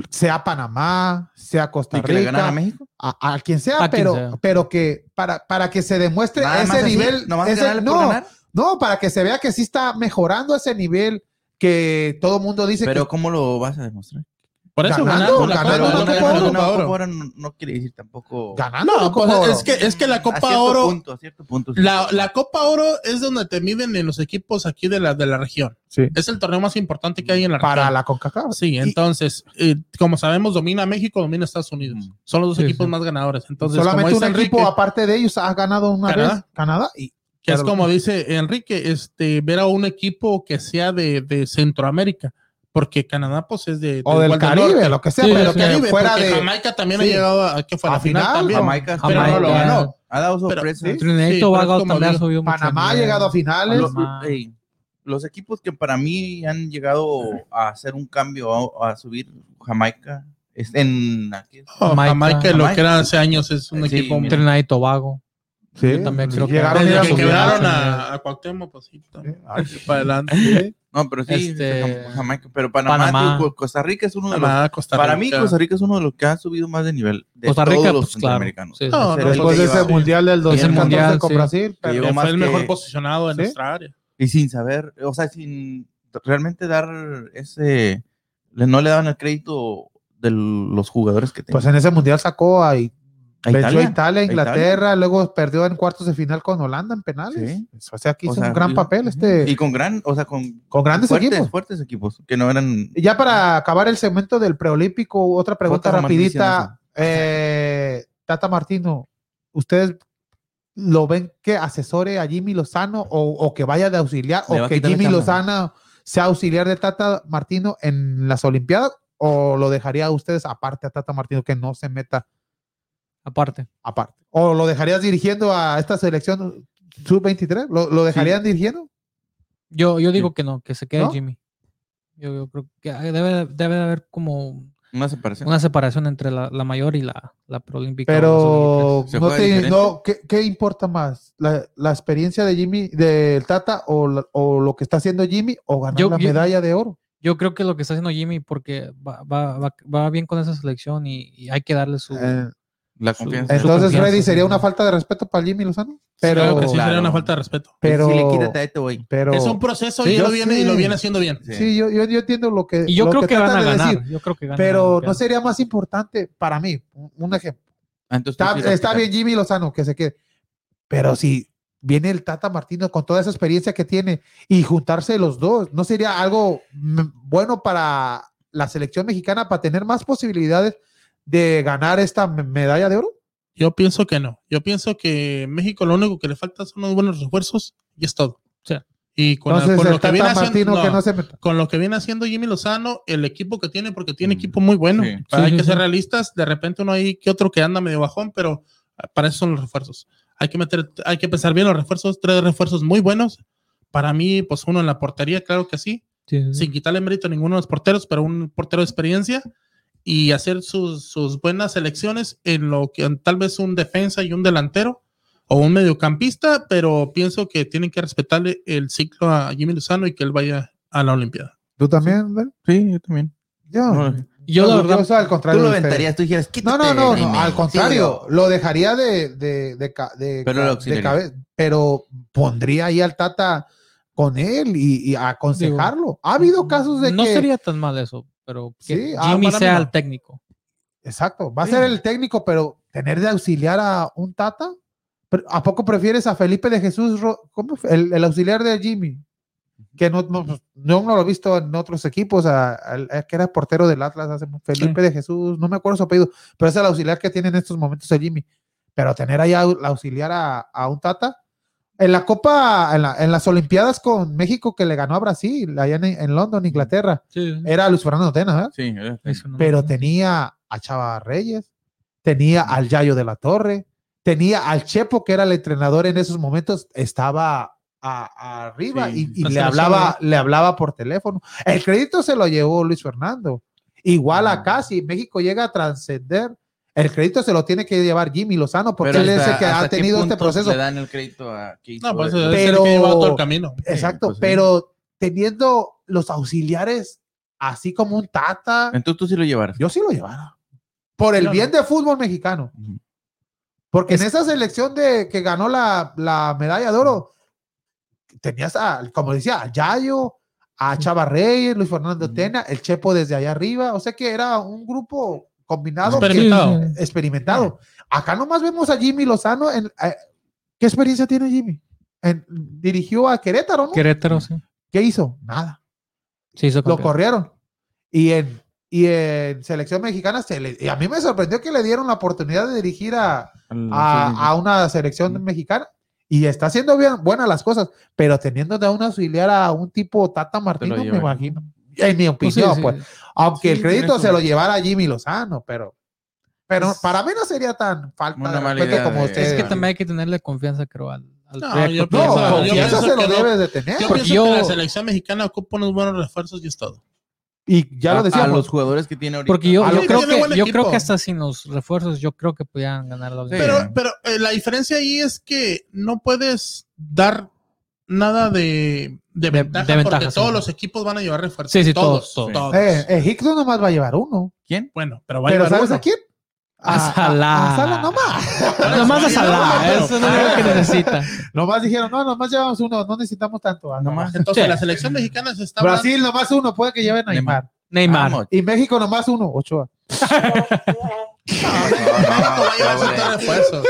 Sea Panamá, sea Costa y que le ganan a Rica, México. a, a quien sea, A quien pero, sea. pero que para, para que se demuestre Nada más ese así, nivel, nomás ese- ganarle por no, ganar. no, para que se vea que sí está mejorando ese nivel que todo mundo dice Pero que ¿cómo lo vas a demostrar? Por eso Ganando, ganaron la Copa ganando Oro, la no, Copa Oro. ganaron la Copa Oro. no, no quiere decir tampoco. ganando la No, Copa pues Oro. es que, es que la A Copa cierto Oro, punto, a cierto punto, sí. la, la Copa Oro es donde te miden en los equipos aquí de la, de la región. Sí. Es el torneo más importante que hay en la para región. la CONCACAF. Sí, entonces, eh, como sabemos, domina México, domina Estados Unidos. Mm. Son los dos Sí, equipos sí. más ganadores. Entonces, Solamente como un dice equipo Enrique, aparte de ellos ha ganado una Canadá. vez Canadá y que es Claro. como dice Enrique, este, ver a un equipo que sea de, de Centroamérica, porque Canadá pues es de, o del igual Caribe, norte. lo que sea, Sí, pero sí, que Caribe, fuera porque de Jamaica también sí. ha llegado a, que fue a A la final, final, también. Jamaica, pero no lo Jamaica. ganó. Ha dado Pero- sorpresas. Trinidad y Sí, pero es Tobago como también ha digo, subido mucho Panamá ha nivel. llegado a finales. Los, Panamá. ey, los equipos que para mí han llegado a hacer un cambio, a, a subir Jamaica, es en aquí. No, Jamaica, Jamaica. lo que era hace años es un Sí, equipo mira. Trinidad y Tobago. Sí, Yo también creo que- llegaron desde a que subir. quebraron Jamaica. a, a Cuauhtémoc, pues sí, también, Ay, para adelante. No, pero sí, Este, Jam- Jamaica, pero Panamá, Panamá. digo, Costa Rica es uno de los. Panamá, Costa para mí, pues, Rica. Costa Rica es uno de los que ha subido más de nivel de Costa todos Rica, los pues claro. centroamericanos. Sí, sí, No, sí. no, Después de Sí, ese sí. mundial del Ese 2014 mundial, con sí. Brasil, Que pero- llegó que más fue el mejor que- posicionado en ¿Sí? nuestra área. Y sin saber, o sea, sin realmente dar ese. le- No le daban el crédito de los jugadores que tenía. Pues en ese mundial sacó a, A venció a Italia. Italia, a Inglaterra, luego perdió en cuartos de final con Holanda en penales. Sí. O sea, que O hizo sea, un gran y- papel este, Y con gran, o sea, con con grandes fuertes, equipos. fuertes equipos que no eran. Y ya para acabar el segmento del preolímpico, otra pregunta Otra rapidita. romantización, Eh, Tata Martino, ¿ustedes lo ven que asesore a Jimmy Lozano o, o que vaya de auxiliar Le va o a que quitar el Jimmy chamba. Lozano sea auxiliar de Tata Martino en las Olimpiadas o lo dejaría a ustedes aparte a Tata Martino que no se meta aparte. aparte? ¿O lo dejarías dirigiendo a esta selección sub-23? ¿Lo, lo dejarían dirigiendo? Yo, yo digo que no, que se quede ¿No? Jimmy. Yo, yo creo que hay- debe, debe de haber como Una separación. una separación entre la, la mayor y la, la preolímpica. o la Pero pues, Se no juega te, diferente. no, ¿qué, qué importa más? ¿La, la experiencia de Jimmy, del Tata, o, la- o lo que está haciendo Jimmy, o ganar Yo- la yo- medalla de oro? sub-23. Yo creo que lo que está haciendo Jimmy, porque va, va, va, va bien con esa selección y, y hay que darle su... Eh, la su- confianza. entonces, confianza, Freddy, sería sí. una falta de respeto para Jimmy Lozano. Pero, Claro que sí, Claro. sería una falta de respeto. pero, Sí, le quítate a este güey. pero Es un proceso Sí, y, él lo yo viene, sé. y lo viene haciendo bien. sí, yo, yo, yo entiendo lo que. y yo lo creo que, van tratan a de ganar. decir, yo creo que ganan la pero no Olimpiada. sería más importante para mí, un- un ejemplo. Ah, entonces tú Está, sí lo está quitas. bien Jimmy Lozano, que se quede. Pero si viene el Tata Martino con toda esa experiencia que tiene y juntarse los dos, ¿no sería algo mm, bueno para la selección mexicana para tener más posibilidades de ganar esta me- medalla de oro? Yo pienso que no. Yo pienso que México lo único que le falta son unos buenos refuerzos y es todo. Sí. Y con, Entonces, con el lo que Tata viene haciendo, Martino que no, no se meta. con lo que viene haciendo Jimmy Lozano, el equipo que tiene, porque tiene Mm. equipo muy bueno. Sí. Para- hay Sí, sí, que ser sí. realistas, de repente uno ahí que otro que anda medio bajón, pero ah, para eso son los refuerzos. Hay que meter, hay que pensar bien los refuerzos, tres refuerzos muy buenos. Para mí, pues uno en la portería, claro que sí, Sí, sí, sí. sin quitarle mérito a ninguno de los porteros, pero un portero de experiencia y hacer sus, sus buenas selecciones en lo que en tal vez un defensa y un delantero o un mediocampista, pero pienso que tienen que respetarle el ciclo a Jimmy Luzano y que él vaya a la Olimpiada. ¿Tú también? Ben? Sí, yo también. Yo. No, Yo la yo- verdad, yo soy al contrario. tú lo de ustedes. aventarías, tú dijeras, No, quítate. no, no, no, Jaime. al Sí, contrario, no. lo dejaría de, de, de, ca- de, Pero lo ca- de auxiliaría. cabeza, pero pondría ahí al Tata con él y, y aconsejarlo. ha mm, habido casos de no que, sería tan mal eso, pero que Sí, ah, Jimmy para mí sea no. el técnico. exacto, va a ser el técnico, pero tener de auxiliar a un Tata, Pero, ¿a poco prefieres a Felipe de Jesús, Ro- ¿cómo fue? el, el auxiliar de Jimmy? Que no, no, pues, no, no lo he visto en otros equipos, a- al- al que era portero del Atlas, hace mu- Felipe de Jesús, no me acuerdo su apellido, pero es el auxiliar que tiene en estos momentos el Jimmy. pero tener ahí a, a auxiliar a, a un Tata. En la Copa, en, la- en las Olimpiadas con México que le ganó a Brasil, allá en, en London, Inglaterra, era Luis Fernando Tena, ¿eh? ¿verdad? Sí, eh, era- Eso no- Pero tenía a Chava Reyes, tenía al Yayo de la Torre, tenía al Chepo, que era el entrenador en esos momentos, estaba a- arriba Sí, y, y la le, selección, hablaba, ¿verdad? le hablaba por teléfono. El crédito se lo llevó Luis Fernando. Igual Ah. acá, si México llega a trascender, el crédito se lo tiene que llevar Jimmy Lozano, porque Pero él es hasta- el que ha ¿hasta qué tenido este punto proceso. Le dan el crédito a que hizo No, pues el- eso es el Pero- que lleva todo el camino. Exacto, pues sí. pero teniendo los auxiliares, así como un Tata, Entonces tú sí lo llevaras. yo sí lo llevara. Por el Yo bien del fútbol mexicano. Ujú. Porque en esa selección de, que ganó la, la medalla de oro, tenías, a, como decía, a Yayo, a Chava Reyes, Luis Fernando Ujú. Tena, el Chepo desde allá arriba. O sea que era un grupo combinado, que- experimentado. Experimentado. Sí, sí, sí. Acá nomás vemos a Jimmy Lozano. En, eh, ¿Qué experiencia tiene Jimmy? En- dirigió a Querétaro, ¿no? Querétaro, sí. ¿Qué hizo? Nada Se hizo lo campeón. corrieron. Y en, y en selección mexicana, se le- y a mí me sorprendió que le dieron la oportunidad de dirigir a, Mm, a, a una selección mexicana. Y está haciendo bien, buenas las cosas, pero teniendo de un auxiliar a un tipo Tata Martino, me lleva. imagino. En mi Pues sí, opinión, sí. pues. Aunque Sí, el crédito tienes se un- lo llevara a Jimmy Lozano, pero, pero para mí no sería tan falta Una de mala respeto idea como de- ustedes. Es Es que Sí. también hay que tenerle confianza, creo, al, al No, proyecto. yo que no, pienso- va a- yo confianza pienso se lo que no. debes de tener. Yo ¿eh? Porque pienso yo- que la selección mexicana ocupa unos buenos refuerzos y es todo. Y ya lo a decíamos. los jugadores que tiene ahorita. Porque yo, Ah, yo sí, creo tiene buen que, yo equipo. creo que hasta sin los refuerzos, yo creo que podían ganar la Olimpiada. Pero, pero eh, la diferencia ahí es que no puedes dar nada de, de ventaja, de ventaja, porque sí. todos los equipos van a llevar refuerzos. Sí, sí, todos. todos, todos, todos. Eh, Egipto nomás va a llevar uno. ¿Quién? Bueno, pero va a Pero llevar ¿sabes uno. a quién? A A, Salah. a Salah nomás. Nomás a Salah, Pero- eso es lo único que necesita. Nomás dijeron, no, nomás llevamos uno, no necesitamos tanto. Ah, Nomás. Entonces, Sí. la selección mexicana se está Brasil nomás uno, puede que lleven a Neymar. Neymar. Vamos. Y México nomás uno, Ochoa. vayas a No, soltar refuerzos.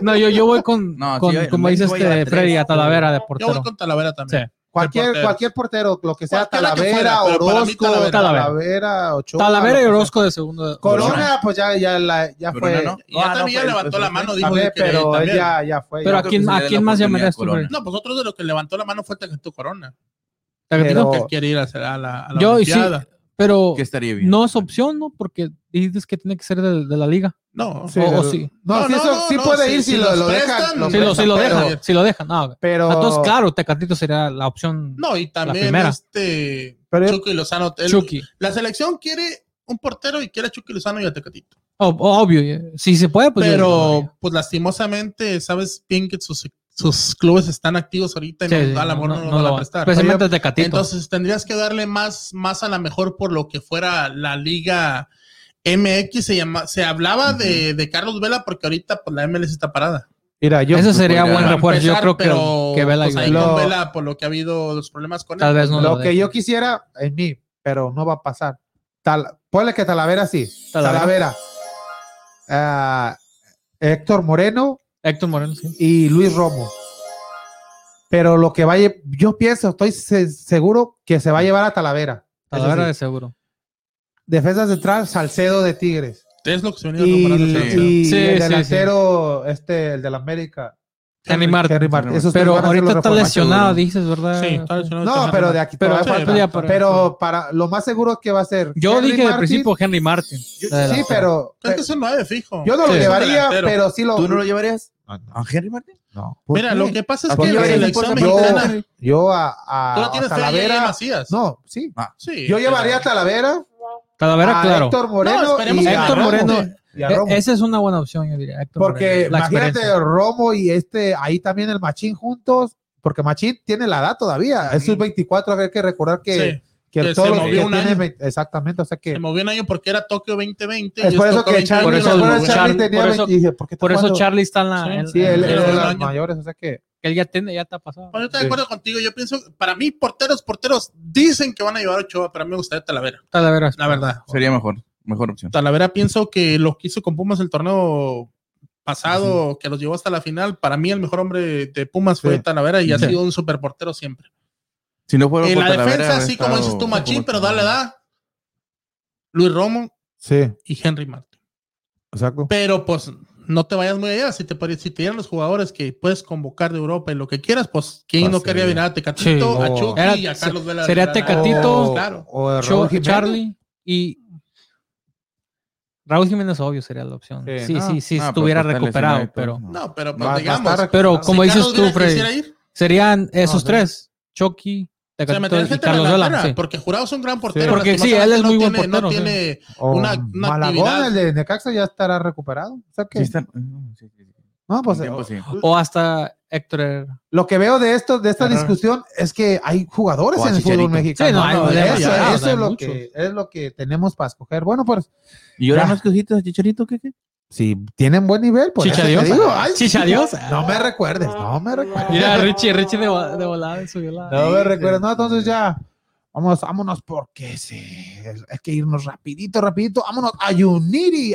No, yo, yo voy con, No, con- sí, yo- como yo dice voy a este tres. Freddy, a Talavera de Yo voy portero. con Talavera también. Cualquier, portero. cualquier portero, lo que sea, Cualquiera que Talavera, fuera, pero para mí Orozco, Talavera, Talavera. Ochoa. Talavera y lo que sea. Orozco de segundo. Corona, pues ya, ya, la, ya Corona, fue. pues, ¿no? Y ya también ya levantó la mano, dijo También, que pero él también. ya, ya fue. Pero ya. a quién, a quién más llamarías tú, Freddy? No, pues otro de los que levantó la mano fue tu Corona. ¿Te Pero- digo? Que quiere ir a, hacer a la, a la Yo, y sí, Olimpiada. pero Que estaría bien. no es opción, ¿no? Porque dices que tiene que ser de, de la liga. No. Sí, o- pero- o sí. No, No, sí, no, eso, no, sí no, puede sí, ir si sí lo, los lo prestan, dejan. los Si lo, sí lo pero- dejan, si lo dejan. Ah, Pero, Entonces, claro, Tecatito sería la opción No, y también primera. este pero yo- Chucky Lozano. él- Chucky. La selección quiere un portero y quiere a Chucky Lozano y a Tecatito. Ob- obvio, eh, si se puede, pues. yo- pero, pues lastimosamente, sabes bien que sus, sus clubes están activos ahorita y Sí, no, sí, a lo mejor no, lo van a prestar. Especialmente Tecatito. Entonces tendrías que darle más, más a la mejor por lo que fuera la liga MX. Se, llama, se hablaba de, de Carlos Vela porque ahorita pues, la MLS está parada. mira, yo, Ese sería podría buen Para refuerzo. empezar, yo creo que, que Vela pues, ahí ayudaría. Lo- con Vela, por lo que ha habido los problemas con él. Tal vez no lo lo que deje. yo quisiera en mí, pero no va a pasar. Tal, ponle que Talavera sí. Talavera. Talavera. Ah, Héctor Moreno Héctor Moreno, sí. y Luis Romo. Pero lo que vaya, yo pienso, estoy se- seguro que se va a llevar a Talavera. Talavera de Eso sí. seguro. Defensa central, Salcedo de Tigres. Es lo que se venía Y, rumorando, y sí. Sí, el sí, delantero, este, el de la América. Henry Martin. Henry Martin. Esos tres Pero van a ser ahorita los está refuerzos. lesionado, dices, ¿verdad? Sí, está lesionado. No, Está pero lesionado. de aquí Pero todavía sí, falta. ya para- pero para lo más seguro que va a ser. Yo Henry dije al Martin. principio Henry Martin. Yo- de sí, delantero. pero eh, Es que son nueve, fijo. yo no lo Sí. llevaría, Delantero. pero sí lo. ¿Tú no lo llevarías? ¿A Henry Martin? No. ¿Por Mira, qué? lo que pasa es ¿A que quién la llevarías? selección Yo- mexicana. yo a, a, Tú la a tienes fe a Yeye Talavera. Macías. No, sí. Sí, Yo llevaría a pero- Talavera, Talavera, a claro. Héctor Moreno. No, esperemos y que a Héctor Romo. Moreno. Y a E- Romo. Esa es una buena opción, yo diría. Héctor Porque Moreno, la imagínate experiencia. Romo y este, ahí también el Machín juntos, porque Machín tiene la edad todavía. Es sus 24, hay que recordar que, Sí. que, Que todos se los movió que un tienen año. 20 exactamente, o sea que Se movió un año porque era Tokio 2020. y es por es eso Tokio que 2021, Charlie, Por eso por lo eso movió. Charlie Charlie- tenía por eso- 20, dije, ¿por qué está Por eso jugando? Charlie está en la. Sí, en- sí, Ah, él él en- era Pero de un los año. mayores, o sea que él ya tiene, ya está pasado. Bueno, yo estoy Sí. de acuerdo contigo. Yo pienso, para mí, porteros, porteros dicen que van a llevar a Ochoa, pero a mí me gustaría Talavera, Talavera. la verdad. Sería mejor. Mejor opción. Talavera pienso que lo que hizo con Pumas el torneo pasado, que los llevó hasta la final, para mí el mejor hombre de Pumas fue Sí. Talavera y ha Sí. sido un superportero siempre. Si no fuera en por la Talavera, defensa, habría así como estado- dices tú, Machín, como- pero dale edad. Luis Romo sí, y Henry Martin. exacto. Pero pues no te vayas muy allá. Si te, pare- si te dieran los jugadores que puedes convocar de Europa y lo que quieras, pues ¿quién Pues, no quería sí. venir a Tecatito, Sí. a Chucky Era- y a se- Carlos Vela? sería Vela- Tecatito, Oh, claro. o Cho- Raúl Jiménez. Charlie y Raúl Jiménez, obvio, sería la opción. Sí, Sí, sí, no, sí, Ah, pero estuviera pues está recuperado, lesionado pero y todo. No, pero pues, Va- va a digamos. estar- pero si como dices Carlos tú, Vela Freddy, quisiera ir, serían esos sí. tres, Chucky, o sea, Tecatito meterías y gente en Carlos la Vela, delantera, sí. Porque Jurado es un gran portero. Porque sí, él es muy buen lastimosamente no portero, tiene- No tiene O una- una Malagón, actividad. el de Necaxa ya estará recuperado. O sea que, Sí están- no, sí, sí, sí. no, pues, Un tiempo, sí. o hasta Héctor. Herrera. lo que veo de esto, de esta Ajá. discusión, es que hay jugadores O a en el fútbol Chicharito. mexicano. Sí, no, Ay, no, pues, demasiados, eso hay eso es, lo muchos. que, es lo que tenemos para escoger. Bueno, pues ¿Y ahora Ya. más cositas de Chicharito? ¿Qué, qué? si tienen buen nivel, pues eso te Chichadiosa. digo. Ay, Chichadiosa. No me recuerdes, no me recuerdes. Mira, Richie, Richie de, vo- de volada subió la. No me recuerdes. No, entonces ya. Vámonos, vámonos porque se, es que irnos rapidito, rapidito. Vámonos a Unity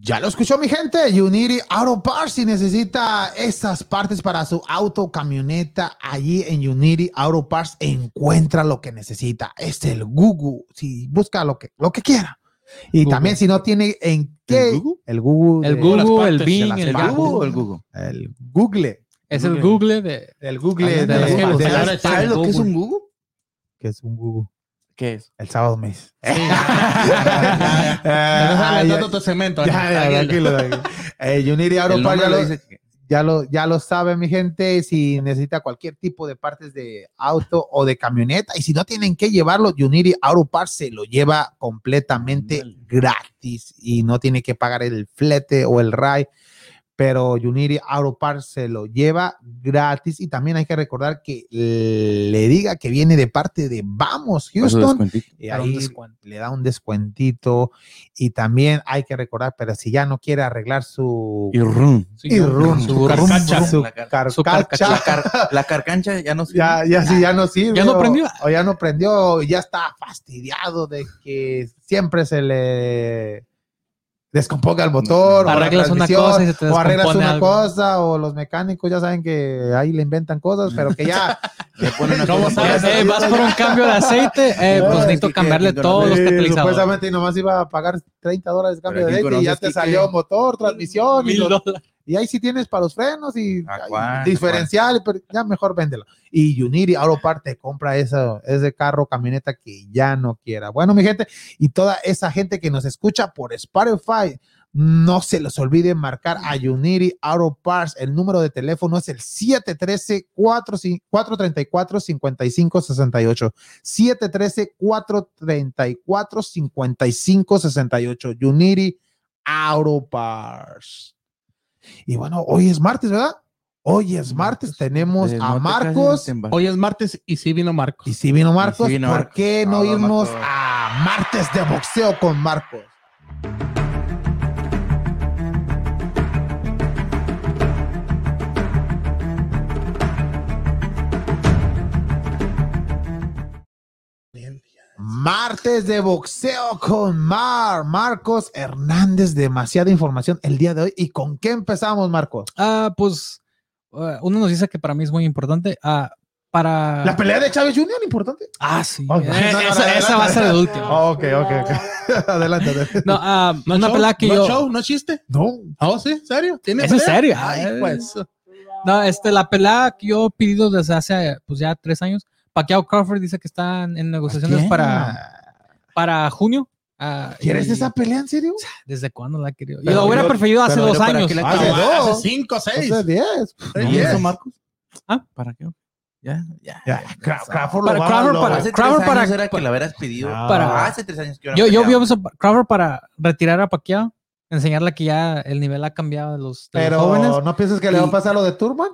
Ya lo escuchó mi gente, Unity Auto Parts si necesita esas partes para su auto, camioneta, allí en Unity Auto Parts encuentra lo que necesita. Es el Google, si busca lo que lo que quiera. Y Google. también si no tiene en qué el ¿El Google? Google, El de- Google, el partes, de Bing, las el ¿El partes. Yahoo. Google o el Google? el Google, Es el Google de. el Google Ah, de, de las- de de las las- partes, ¿Sabes lo que es un Google? que es un Google. ¿Qué es? El sábado mes. Ah, Ah, ya- tu cemento. ya, ya, tranquilo, tranquilo. Eh, Unity Auto El nombre Parts, ya lo lo- dice que- ya lo, ya lo sabe mi gente, si necesita cualquier tipo de partes de auto o de camioneta y si no tienen que llevarlo, Unity Auto Parts se lo lleva completamente gratis y no tiene que pagar el flete o el RAI, pero Unity Auto Parts se lo lleva gratis y también hay que recordar que le diga que viene de parte de Vamos Por su Houston descuentito. y Para un ahí descuento. le da un descuentito y también hay que recordar, pero si ya no quiere arreglar su Y rum. Sí, y yo- rum, su rum, carcacha. rum, su La car- carcacha. su carcacha. La, car- la carcancha ya no sirve. Ya, ya, sí, ya no sirve. Ya no o- prendió. O ya no prendió, ya está fastidiado de que siempre se le descomponga el motor. o la Arreglas una transmisión, cosa y se te O arreglas descompone una algo. cosa, o los mecánicos ya saben que ahí le inventan cosas, pero que ya. Le ponen una ¿Cómo cosa- sabes? Eh, vas por un cambio de aceite, eh, No, pues es necesito que- cambiarle que- todos los eh, catalizadores. supuestamente nomás iba a pagar 30 dólares de cambio Pero de ¿quién aceite y ya conoces, te Quique? salió motor, transmisión. Y, Mil los- dólares. y ahí sí tienes para los frenos y, ¿A y cuál? diferencial, pero ya mejor véndelo. Y Unity Auto Parte compra esa, ese carro, camioneta que ya no quiera. Bueno, mi gente, y toda esa gente que nos escucha por Spotify, no se les olvide marcar a Unity Auto Parts. El número de teléfono es el 713-434-5568. 713-434-5568. Unity Auto Parts. Y bueno, hoy es martes, ¿verdad? Hoy es martes. Tenemos Eh, no a te Marcos. cases, te embar- Hoy es martes y sí vino Marcos. Y si vino Marcos, Y si vino ¿por Marcos. qué No, no, irnos Marcos. a martes de boxeo con Marcos? Martes de boxeo con Mar, Marcos Hernández, demasiada información el día de hoy. ¿Y con qué empezamos, Marcos? Ah, pues eh, uno nos dice que para mí es muy importante. Ah, para. La pelea de Chávez Jr., importante. Ah, sí. Oh, Eh, no, no, no, esa, adelante, esa va a ser el adelante. último. Oh. ok, ok, ok. adelante, adelante. No, ah, No una show, pelea que no yo. show, no chiste. No, Ah, oh, sí, serio. ¿Tiene ¿Es en pelea? serio? Ay, Ay. pues. No, este, la pelea que yo he pedido desde hace, pues ya tres años. Pacquiao Crawford dice que están en negociaciones ¿Quién? para, para junio. Ah, ¿Quieres y- esa pelea en serio? ¿Desde cuándo la he querido? Pero yo lo hubiera yo- preferido hace pero dos yo para años. qué la- Ah, Hace hace dos. cinco, seis. Entonces, 10. seis, ¿No diez. hizo Marcos? ¿Ah? ¿Para qué? Ya, ya. Ya, Cra- Crawford lo Para va- Crawford, lo- para- Hace Crawford tres años para- era que la hubieras pedido. Ah. para- hace tres años que Yo, yo vi peleaba. a Crawford para retirar a Pacquiao, enseñarle que ya el nivel ha cambiado de los, de los Pero jóvenes. no piensas que le va a Y- pasar lo de Turman.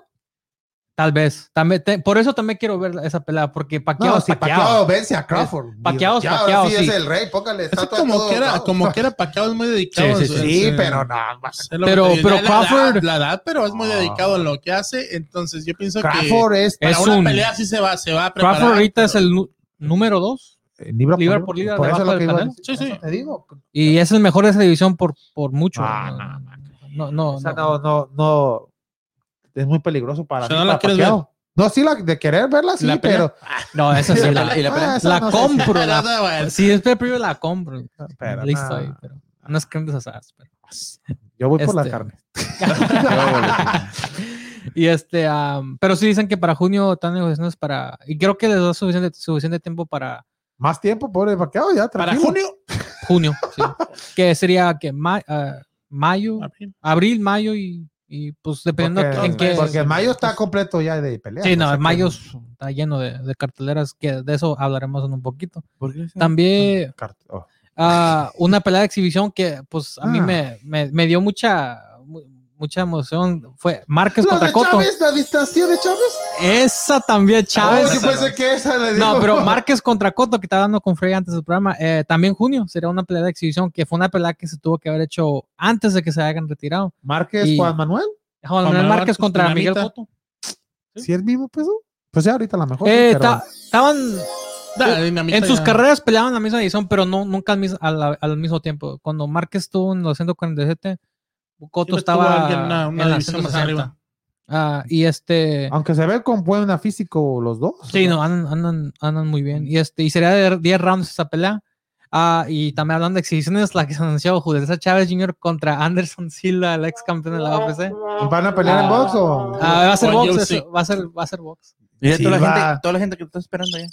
Tal vez. También, te- por eso también quiero ver esa pelea, porque Pacquiao No, es si Pacquiao. Pacquiao vence a Crawford. Pacquiao es Ya, ahora Pacquiao, sí, sí. es el rey, póngale Así estatua a como todo que era, Crawford. como que era Pacquiao es muy dedicado. Sí, en sí, su- en sí, su- pero no. es lo que Pero- te digo, pero la- La, Crawford- edad- la edad, pero es muy No. dedicado en lo que hace. Entonces yo pienso que Crawford es para es una un- pelea sí se va, se va a preparar. Crawford ahorita pero- es el nu- número dos libra libra por libra eh, Por eso es debajo lo que del iba a panel. decir. Sí, sí. Eso Te digo. y es el mejor de esa división por, por mucho. Ah, no, no, no, no, O sea, no. no, no, no. Es muy peligroso para. O sea, mí, no la para quieres Pacquiao. No, sí, la, de querer verla, sí, ¿La pelea? pero. No, esa sí, la, ¿Y la pelea? Ah, esa la no sé si- compro. Pero la- nada, güey. si es de primero la compro. Pero Listo no. ahí, pero no es crema de asadas, pero- Yo voy por la Este- carne. y este, am, pero sí dicen que para junio están negociaciones para. Y creo que les da suficiente, suficiente tiempo para Más tiempo, pobre Pacquiao, ya Para tranquilo. junio. junio. sí. que sería que ma- ah, mayo, abril. abril, mayo y, y, pues dependiendo Porque, en qué. porque mayo está completo ya de pelea. Sí, no, mayo está lleno de, de carteleras, que de eso hablaremos en un poquito. ¿Por Mm. qué? También oh. ah, una pelea de exhibición que pues a mí Ah. me, me- me dio mucha mu- mucha emoción fue Márquez ¿La contra de Cotto. Chávez? ¿La distancia de Chávez? Esa también, Chávez. Oh, yo pensé que esa le No, digo. pero Márquez contra Cotto, que estaba dando con Frey antes del programa, eh, también junio sería una pelea de exhibición, que fue una pelea que se tuvo que haber hecho antes de que se hayan retirado. Márquez y- Juan Manuel, Juan Juan Manuel Manuel Márquez contra pues, Dinamita. Miguel Cotto. si es vivo, pues. ¿no? Pues ya ahorita a lo mejor. sí, Eh, pero- ta- estaban Da, dinamita en sus ya. carreras peleaban en la misma división, pero no nunca al, mis- a la- al mismo tiempo. Cuando Márquez estuvo en los 147, Cotto Siempre tuvo pues, estaba alguien una- una en la división más 160. arriba. Ah, y este Aunque se ve con buena físico los dos. Sí, no, andan, andan, andan muy bien. Y, este, y sería de 10 rounds esta pelea. Ah, y también hablando de exhibiciones, la que se anunció Julissa Chávez Jr. contra Anderson Silva, el ex campeón de la UFC. ¿Van a pelear en Ah. box o.? Ah, va a ser Con box, UFC. eso, va a ser, va a ser box. Y ya toda, la Sí, va. gente, toda la gente que te está esperando ya.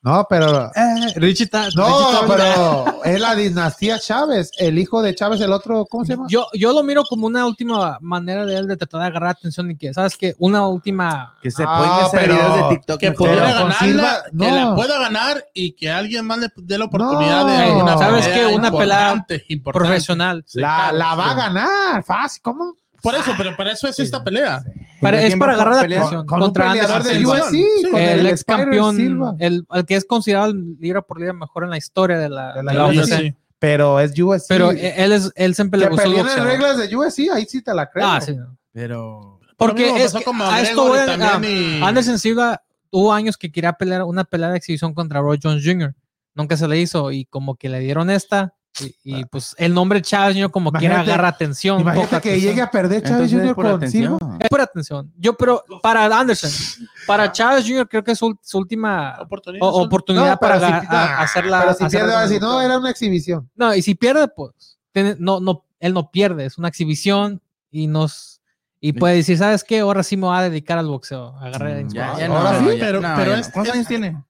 No, pero. Eh, Richie está. Richie No, está- pero es la dinastía Chávez, el hijo de Chávez, el otro, ¿cómo se llama? Yo, yo lo miro como una última manera de él de tratar de agarrar atención y que, ¿sabes qué? Una última. Que se Ah, ponga hacer pero- videos de TikTok. que mejor. pudiera con ganarla, Silva, que no. la pueda ganar y que alguien más le dé la oportunidad de No. alguna ¿Sabes pelea qué? Una pelada importante, importante. Profesional. Sí, La, claro, la va a sí. ganar, fácil, ¿cómo? Por eso, pero para eso es esta pelea. Para- ¿Quién es para va a agarrar la pelear? atención. Con un contra peleador Anderson del Silva. UFC, Sí, con el, el, ex Spider campeón, Silva. el, al que es considerado el libra por libra mejor en la historia de la, De la de la Oye, UFC. sí. Pero es UFC. Pero eh, él, es, él siempre le que gustó el pelean en boxeo. reglas de UFC, ahí sí te la creo. Ah, sí. Pero. Lo mismo Porque es pasó que con a esto McGregor voy y a- también a- y- Anderson Silva tuvo años que quería pelear una pelea de exhibición contra Roy Jones Jr. Nunca se le hizo y como que le dieron esta y, y, pues el nombre Chávez Jr. como quiera Ah. Imagínate- agarra atención. Imagínate poca que atención. llegue a perder Chávez Entonces, Jr. por con Silva. atención. Es por atención. Yo pero para Anderson, Ah. para Chávez Jr. creo que es su, su última Oportunidad. o- son- oportunidad No, pero para si- ga- a- nah, hacerla. pero si hacerla pierde va a decir, ganadora. no, era una exhibición. No, y si pierde, pues tiene- no, no, él no pierde, es una exhibición y nos y puede decir, ¿sabes qué? Ahora sí me voy a dedicar al boxeo. Mm, Agarré la Ya, inspiración". ya no, Ahora no, sí, ya- pero- no, pero ya no. este es- ¿Cuántos es- años tiene?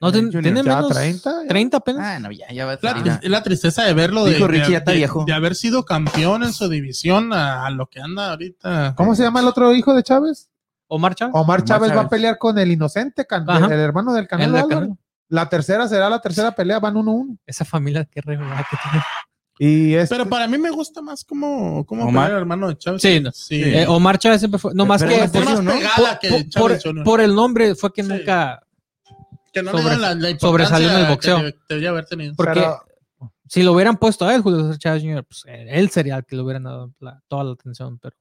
No, ten- Junior, ya tiene menos 30, 30, ya. apenas. Ah, no, ya, ya va a La, salir, tri- ya. la tristeza de verlo de, Dijo de- Richie, ya está de- viejo. de haber sido campeón en su división a, a lo que anda ahorita. ¿Cómo se llama el otro hijo de Chávez? Omar Chávez. Omar Chávez va a Chávez. pelear con el inocente, Can- Ajá. el hermano del en Canelo. la Álvarez. carrera. La tercera será la tercera pelea, van 1-1. Esa familia que regular que tiene. Y es Pero para mí me gusta más como, como Omar. el hermano de Chávez. Sí, no. sí. Eh, Omar Chávez siempre fue. No más Pero que. no Está por- más eso, ¿no? pegada que por- Chávez por- Jr. por el nombre fue que Sí. nunca. que no sobre- le dieron la, la sobresalió en el importancia boxeo. que deb- debería haber tenido. Porque Pero- si lo hubieran puesto a él, Julio César Chávez Jr., pues eh, él sería el que le hubieran dado la- toda la atención. pero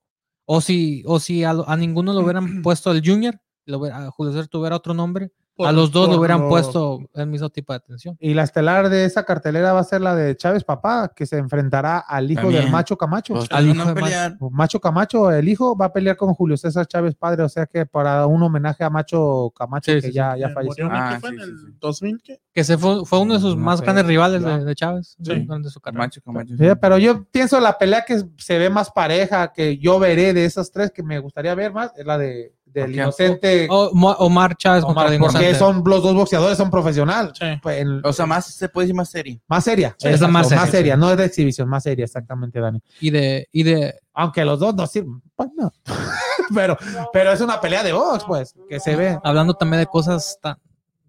O si, o si a, lo- a ninguno lo hubieran puesto el Junior, lo hubiera- a Julio César tuviera otro nombre, Por- a los dos por lo hubieran lo- puesto el mismo tipo de atención. Y la estelar de esa cartelera va a ser la de Chávez Papá, que se enfrentará al hijo También. del Macho Camacho. Pues, al no hijo de Macho. pelear. Macho Camacho, el hijo, va a pelear con Julio César Chávez Padre, o sea que para un homenaje a Macho Camacho Sí, que sí, ya, Eh, ya falleció. murió, ¿no? Ah, ¿Qué fue sí, en sí, el sí. 2000 qué? Que se fue, fue uno de sus No más sé, grandes rivales de, claro. de Chávez Sí. durante su carrera. Camacho, Camacho. Sí, pero yo pienso la pelea que se ve más pareja, que yo veré de esas tres que me gustaría ver más, es la de del Ok. inocente O- Mo- Omar Chávez Omar, contra el porque Inocente. son los dos boxeadores son profesionales. Sí. Pues, el- O sea, más se puede decir más serie. más seria, Sí, es la más Exacto, seria, sí. no es de exhibición, más seria, exactamente, Dani. Y de, y de Aunque los dos no sirven, pues no. pero, pero es una pelea de box, pues, que se ve. hablando también de cosas tan,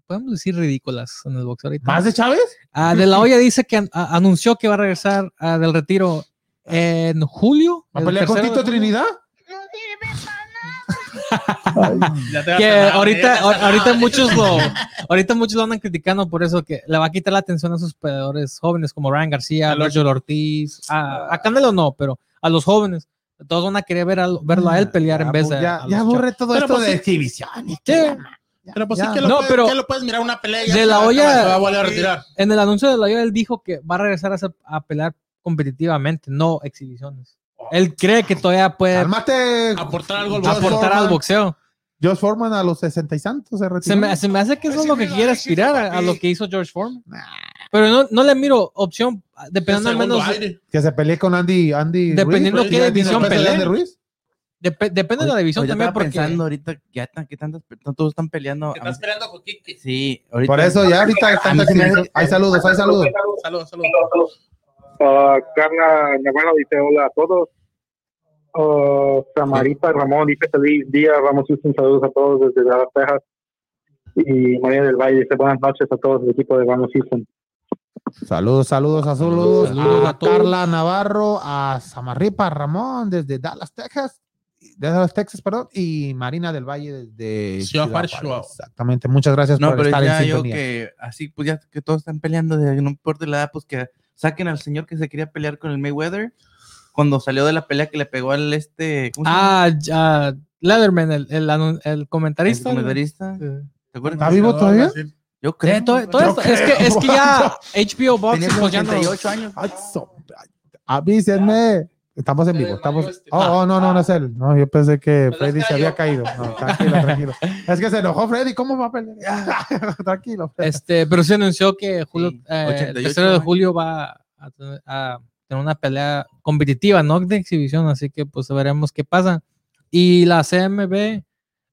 podemos decir ridículas en el boxeo ahorita. ¿Más de Chávez? Ah, de la Hoya dice que an- a- anunció que va a regresar ah, del retiro en julio. ¿Va a el pelear con tercero Tito de julio. Trinidad? Ya te vas Que a ganar, ya ahorita, te vas a ahor- ahorita ganar. muchos lo, ahorita muchos lo andan criticando por eso que le va a quitar la atención a sus peleadores jóvenes como Ryan García, A los- Virgil Ortiz, a, a Canelo no, pero a los jóvenes. Todos van a querer ver al- verlo a él pelear en Ya, vez bu- de. Ya, a los ya chavos. borré todo Pero esto pues de sí. exhibición. Sí. Pero pues sí Ya. que lo, No, puedes, pero- que lo puedes mirar una pelea. y ya De se va La a acabar, Hoya- se va a volver a retirar. En el anuncio de la Hoya él dijo que va a regresar a, hacer- a pelear competitivamente, no exhibiciones. Él cree que todavía puede Cálmate. Aportar algo al Josh boxeo. aportar Foreman. al boxeo. Josh Foreman a los 60 y santos se retiró. Se me, se me hace que eso es lo que Ese quiere mira, ese aspirar a, papi. a lo que hizo George Foreman. Pero no, no le miro opción, ah, dependiendo al Segundo menos, aire. Que se peleé con Andy, Andy Dependiendo Ruiz. qué ¿Ya división tiene el peso de pelee. Andy Ruiz? depe- depende de la división Ahorita también estaba porque pensando ahorita, ya están, que tantas, todos están peleando. Te estás peleando con Kiki. Sí, ahorita. Por eso ya ahorita hay tanta A mí se me hace- exhibición. Hay saludos, hay saludos. Saludos, saludos. Ah, Carla Navarro dice hola a todos. Ah, Samarita Ramón dice feliz día, vamos Houston, saludos a todos desde Dallas, Texas. Y María del Valle dice buenas noches a todos el equipo de Vamos Houston. Saludos, saludos a Zulus, Saludos, saludos a, a todos. Carla Navarro, a Samarripa Ramón desde Dallas, Texas, desde Dallas, Texas, perdón, y Marina del Valle desde Ciudad Juárez, Juárez. Chihuahua. Exactamente, muchas gracias No, por pero estar en ya yo sintonía. que así, pues ya que todos están peleando, de, no importa la edad, pues que saquen al señor que se quería pelear con el Mayweather cuando salió de la pelea que le pegó al este. ¿cómo se llama? Ah, ya, Leatherman, el, el anun- el El comentarista. Eh, comentarista. Sí. ¿Te acuerdas? ¿Está vivo todavía? Yo creo. Eh, todo- todo Yo esto- es, que, es que ya HBO Box Tenía como pues, ya no- 38 años. Ay, so- ay, avísenme. Estamos en vivo, estamos. Oh, oh, no, no, no es él. No, yo pensé que Freddy se había caído. No, tranquilo, tranquilo. Es que se enojó Freddy, ¿cómo va a pelear? tranquilo. Freddy. este, pero se anunció que julio, Sí, eh, 88 el tercero de años. julio va a tener, a tener una pelea competitiva, no de exhibición, así que pues veremos qué pasa. Y la CMB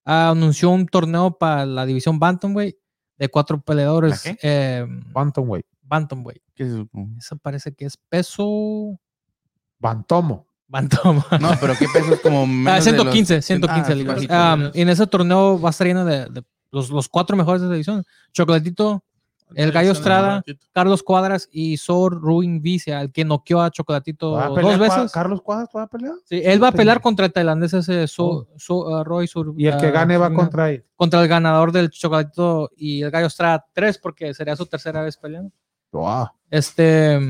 anunció un torneo para la división Bantamweight de cuatro peleadores. ¿La qué? eh, Bantamweight. Bantamweight. ¿Qué es eso? No, Eso parece que es peso. Bantomo. Bantam. pero ¿qué peso es como Ah, menos de los- 115, 115 Ah, libras. bajito. Ah, y en ese torneo va a estar lleno de, de los, los cuatro mejores de la división. Chocolatito, El Gallo Estrada. Carlos Cuadras y Sor Ruin Vicia, al que noqueó a Chocolatito ¿Va a dos pelear Cua- veces. ¿Carlos Cuadras va a pelear? Sí, él va a Sí. pelear contra el tailandés ese So- So- ah, Roy Sur- Oh. Y el que ah, gane va Surina. contra él. Contra el ganador del Chocolatito y el Gallo Estrada 3, porque sería su tercera vez peleando. Wow. Este.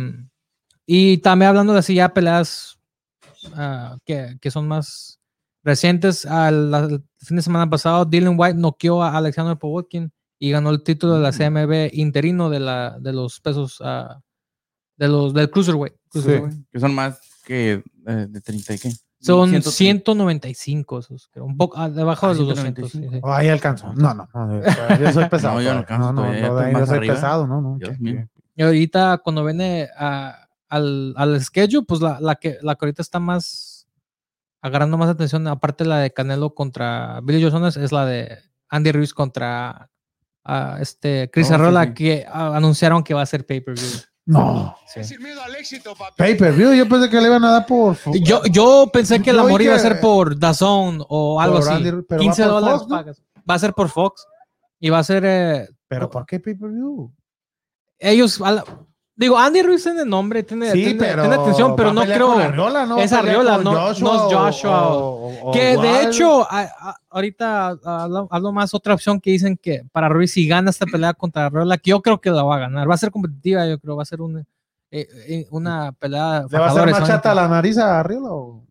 Y también hablando de así, ya peleas ah, que, que son más recientes. Al, al fin de semana pasado, Dylan White noqueó a Alexander Povetkin y ganó el título de la CMB interino de, la, de los pesos ah, de los, del Cruiserweight. Cruiserweight. Que son más que eh, de 30 y qué. Son 130. 195 esos, creo, un poco ah, debajo Ah, de los 200. sí, sí. Oh, Ahí alcanzo. No, no, no, Yo soy pesado. No, yo no alcanzo No, no, todavía, no, pues, ahí yo más soy arriba. pesado. No, no. Dios mío. Y ahorita cuando viene a- al, al schedule, pues la, la que, la que ahorita está más agarrando más atención, aparte de la de Canelo contra Billy Joe Saunders, es la de Andy Ruiz contra ah, este Chris Oh, sí, Arrola, sí. que ah, anunciaron que va a ser pay-per-view. No. Sin miedo al éxito, papi. Pay per view. Yo pensé que le iban a dar por. Yo, yo pensé que el Oh, Yo amor oí iba a que- ser por DAZN o algo por así. Andy Ruiz, pero va 15 por dólares Fox, ¿no? pagas. Va a ser por Fox y va a ser eh, Pero ¿por qué pay per view? ellos. a la- digo, Andy Ruiz tiene nombre, tiene, tiene- tiene atención, va pero a no pelear creo. con Arriola, ¿no? Va a es pelear Arriola, con no- no es Joshua o- o- Que o de Wilder. hecho, a- a- ahorita a- hablo, hablo más otra opción que dicen que para Ruiz, si gana esta pelea contra Arreola, que yo creo que la va a ganar, va a ser competitiva, yo creo, va a ser una, eh, eh, una ¿Le va a pelea. hacer fajadores, más ¿no? chata la nariz a Arriola? o-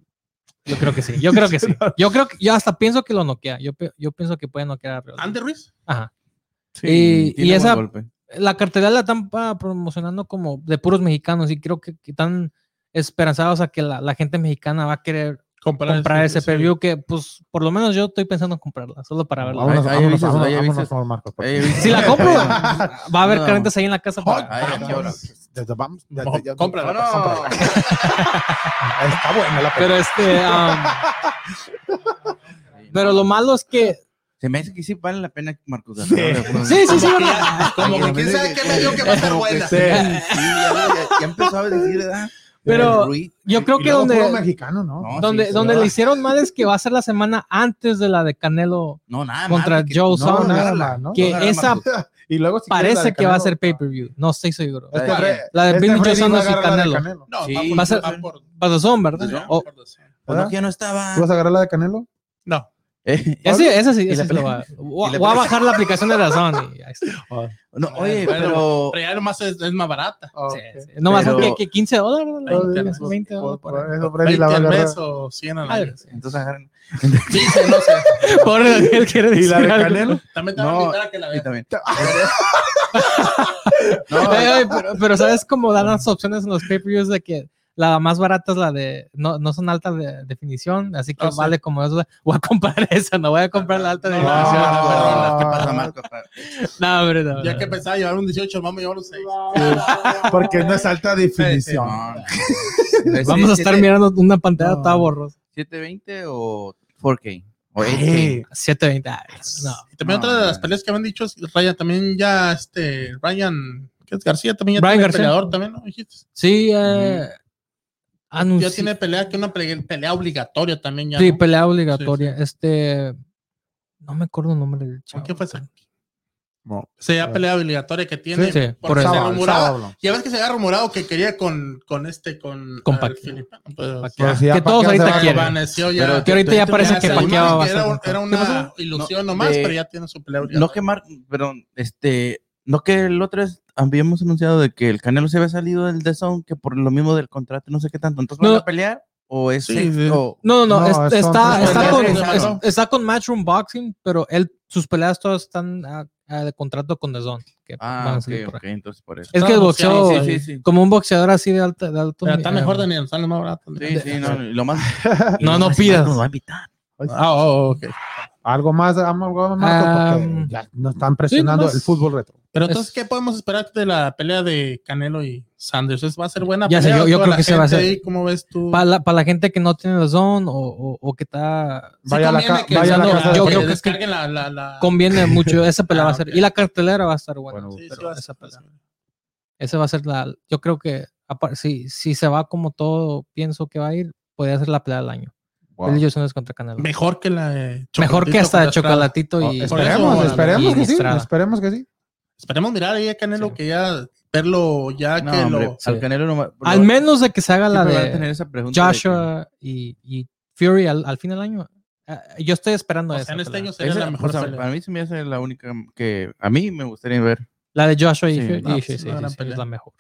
Yo creo que sí, yo creo que sí. Yo creo que, yo hasta pienso que lo noquea, yo, pe- yo pienso que puede noquear a Arreola. Andy Ruiz. Ajá. Sí, Y- tiene y buen esa- golpe. La cartelera la están ah, promocionando como de puros mexicanos y creo que, que están esperanzados a que la, la gente mexicana va a querer Comprar, comprar ese- ese preview que, pues, por lo menos yo estoy pensando en comprarla, solo para verla. Vámonos, ahí vámonos, avisas, vámonos, ahí vámonos, avisas. vámonos, Marcos, porque- Eh, Si la compro, va a haber No. carentas ahí en la casa. para- Ay, Vamos, qué hora. desde- vamos, ya- Mejor ya- ya- cómprala. cómprala, cómprala. Está buena la Pero este, um, pero lo malo es que Se me hace que sí vale la pena, Marcos. Sí. sí, sí, sí, Como que ¿verdad? ya- Como que quién sabe qué me dio que va a estar buena. Sí, ya, ya- ya empezó a decir, ¿verdad? Pero El Ruiz. yo creo Y que luego puro donde mexicano, ¿no? No, donde donde sí, sí, le ¿verdad? hicieron mal es que va a ser la semana antes de la de Canelo, No, nada Contra más, que- Joe No, Saunders, nada más, ¿no? que no, no, esa Y luego si quieres la parece de que va a Canelo. ser pay-per-view, no estoy seguro. Este Está Fre- bien. La de este Billy Joe Freddy Saunders va a y agarrar la de Canelo. Canelo. Pues No, Sí. va, Va a Oh. por, ser- va por- Pasazón, Pues ¿verdad? ¿Pasazón? O- Pues no, que ya no estaba. ¿Tú vas a agarrar la de Canelo? No. Eh, ese, ese pues sí, ¿Y la ese sí lo va. ¿Y Voy la voy a pelea? Oh. bajar la aplicación de Razón. y ahí está. no, oye, Bueno, pero. Pero ya nomás es, es más barata. Sí, sí. No más Pero- que, que 15 dólares, ¿no? Veinte, 20, ¿no? dólares Pues por ahí. pues, Por eso Freddy 20 la va a al agarrar. mes o 100 al Algo año. así. Entonces agarren. Sí, sí, no sé. Pobre Daniel quiere ¿Y decir la de algo. Canelo? También te van a No, invitar a que la Sí, veas. también. Oye, oye, pero, pero sabes cómo dan las opciones en los pay-per-views de que la más barata es la de no, no son alta de definición, así que No sé. vale como eso. Voy a comprar esa, no voy a comprar la alta Ah, No, definición. no, no, no, no, Ah. ¿Qué pasa, Marcos? No, hombre, no. Ya que pensaba llevar un 18, vamos a llevar un 6. Porque no es alta definición. No, no. Vamos a estar ¿Siete- mirando una pantalla No. toda borrosa. 720 o 4K? O 8K. Ey, 720. ay, ah, No. Y también No, otra de las no. peleas que me han dicho es Ryan, también ya este Ryan ¿qué es? García también ya Bryan tiene García. peleador también, ¿no? Dijiste. Sí, eh, Ya anunci- tiene pelea que una pelea, pelea obligatoria también ya. sí, ¿no? pelea obligatoria. Sí, Este, no me acuerdo el nombre del ¿Con chavo. quién fue esa? No. Sí, ya pelea obligatoria que tiene. Sí, sí, porque por se eso. sábado, rumoraba- sábado. Ya ves que se había rumorado que quería con, con este, con, Pues, Con al Pacquiao. filipino, pero Pacquiao. Pero ya si ya Que Pacquiao todos se ahorita va a- quieren. desvaneció ya. Pero Que ahorita ya Ya parece que se Pacquiao rumora va a que era, un- ser. era ¿Qué una pasó? ilusión No, nomás, de- pero ya tiene su pelea No que obligatoria. Mar, perdón, este, no que el otro es- habíamos anunciado de que el Canelo se había salido del The Zone, que por lo mismo del contrato, no sé qué tanto. Entonces, ¿van No. a pelear? ¿O es Sí, ex- sí. o- No, no, No, no, es- son está, tres está, peleas con, de Amazon. es- está con Matchroom Boxing, pero él, sus peleas todas están ah, ah, de contrato con The Zone. que van Ah, a ok, salir por ok, ahí. entonces por eso. Es que el No, sí, boxeo, sí, sí, sí. como un boxeador así de alta, de alto Pero está ni- mejor eh, Daniel González más barato. Sí, sí, no, y lo más. No, no pidas. Nos va a invitar. Ah, oh, ok. Algo más, algo más, Marco, porque Am, ya nos están presionando nomás- el fútbol retro. Pero entonces, Es- ¿qué podemos esperar de la pelea de Canelo y Sanders? ¿Es- ¿Va a ser buena Ya sé, pelea? yo- yo ¿Toda creo la que se va a gente hacer. ahí, ¿Cómo ves tú? Para la, pa' la gente que no tiene la zone o, o- o que está. Sí Vaya a la conviene ca- que vaya a la no, casa de- que yo creo que- descarguen la- la- la- Conviene mucho. Esa pelea va a Ah, ser. ok. Y la cartelera va a estar buena. Bueno, Sí, sí pero va a esa ser- pelea. Esa va a ser la. Yo creo que apar- si, si se va como todo pienso que va a ir, podría ser la pelea del año. Wow. Billy Joe Saunders contra Canelo. Mejor Mejor, que la de que hasta Chocolatito. Chocolatito Oh, y. Por esperemos, eso, esperemos y que sí, Estrada. esperemos que sí. Esperemos mirar ahí a Canelo Sí. que ya verlo ya No, que hombre, lo al Canelo no va- Al menos de que se haga la siempre van a de tener esa pregunta de que- Joshua y, y Fury al, al fin del año. Ah, yo estoy esperando o esa sea, en este pelea. año sería Esa, la mejor o sea, pelea. Para mí se me hace la única que a mí me gustaría ver. La de Joshua y Sí, Fury. no, y- pues, sí, es sí, una sí, gran sí, pelea. es la mejor.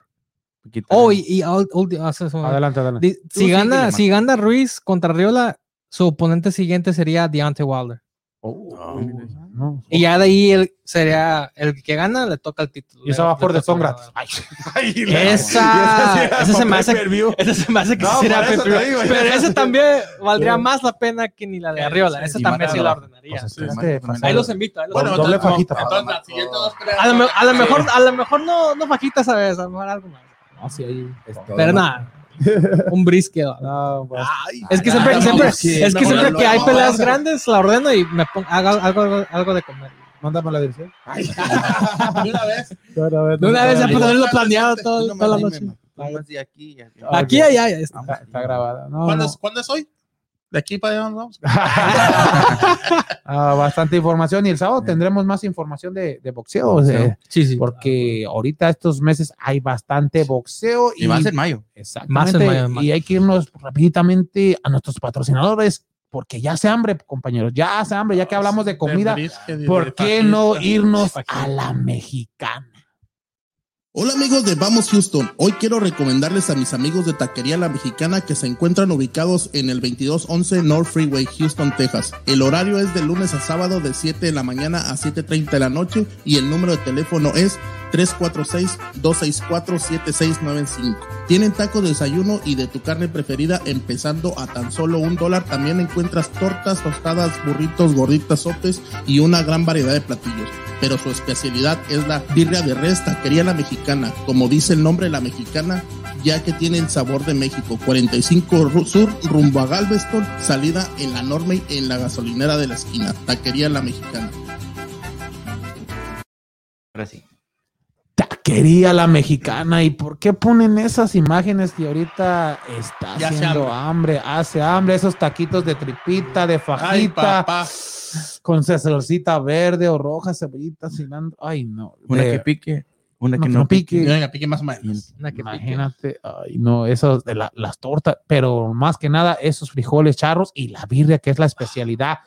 Poquito. Oh, y, y al- ulti- ah, se- se- Adelante, adelante. Di- si, síguele, gana, mano. si gana Ruiz contra Riola, su oponente siguiente sería Deontay Wilder. Oh, No. no. Y ya de ahí él sería el que gana, le toca el título. Y esa Le- va por le de toca son la- gratis. Ay, Esa, esa, se me hace, esa se me hace que No, sí era por eso te pay-per-view. digo, ya pero sabes. esa también valdría más la pena que ni la de Arriola. Esa Y también mata sí a la los- ordenaría. pues, Sí, es más que o menos. pasado. Ahí los invito. ahí los Bueno, invito. doble entonces, fajita. entonces, las siguientes dos peleas a, lo, me- son- a lo mejor, a lo mejor no, no fajitas, ¿sabes? A lo mejor algo más. No, sí, ahí- Pero nada, un brisket. ¿va? No, pues, Es que Ah, siempre, no, siempre- sí, es que no, siempre no, que no, hay no, peleas no. grandes, la ordeno y me pongo, haga algo, algo, algo de comer. mándame la dirección. De una vez. Bueno, a ver, De una no, vez ya no, por no, tenerlo planeado todo, Tú nomás toda la dime, noche. ma. Tú nomás di aquí y allá. Ah, Aquí, ok. allá, ya está. Está, está grabada. No, ¿Cuándo no. es- ¿Cuándo es hoy? ¿De aquí para allá nos vamos? Ah, bastante información y el sábado tendremos más información de, de boxeo, o sea, Sí, sí. porque ahorita estos meses hay bastante boxeo y, Y más en mayo. Exactamente, Más en mayo, en mayo. y hay que irnos rapidamente a nuestros patrocinadores porque ya se hambre, compañeros, ya se hambre, ya que hablamos de comida, ¿por qué no irnos a la mexicana? Hola amigos de Vamos Houston, hoy quiero recomendarles a mis amigos de Taquería La Mexicana que se encuentran ubicados en el 2211 North Freeway, Houston, Texas. El horario es de lunes a sábado de 7 de la mañana a 7.30 de la noche y el número de teléfono es 346-264-7695. Tienen tacos de desayuno y de tu carne preferida empezando a tan solo un dólar. También encuentras tortas, tostadas, burritos, gorditas, sopes y una gran variedad de platillos pero su especialidad es la birria de res taquería la mexicana, como dice el nombre la mexicana, ya que tiene el sabor de México. 45 Ru- Sur rumbo a Galveston, salida en la Norme en la gasolinera de la esquina, taquería la mexicana. Ahora sí. Taquería la mexicana y por qué ponen esas imágenes que ahorita está Ya hace haciendo hambre. hace hambre, esos taquitos de tripita, de Ay, fajita, papá. con cesorcita verde o roja, cebollita, cilantro, ay no, Una de- que pique, una no, que que no, no pique. Venga, pique más o menos. Una que pique. Imagínate, ay, no, esas de la- las tortas, pero más que nada esos frijoles charros y la birria, que es la especialidad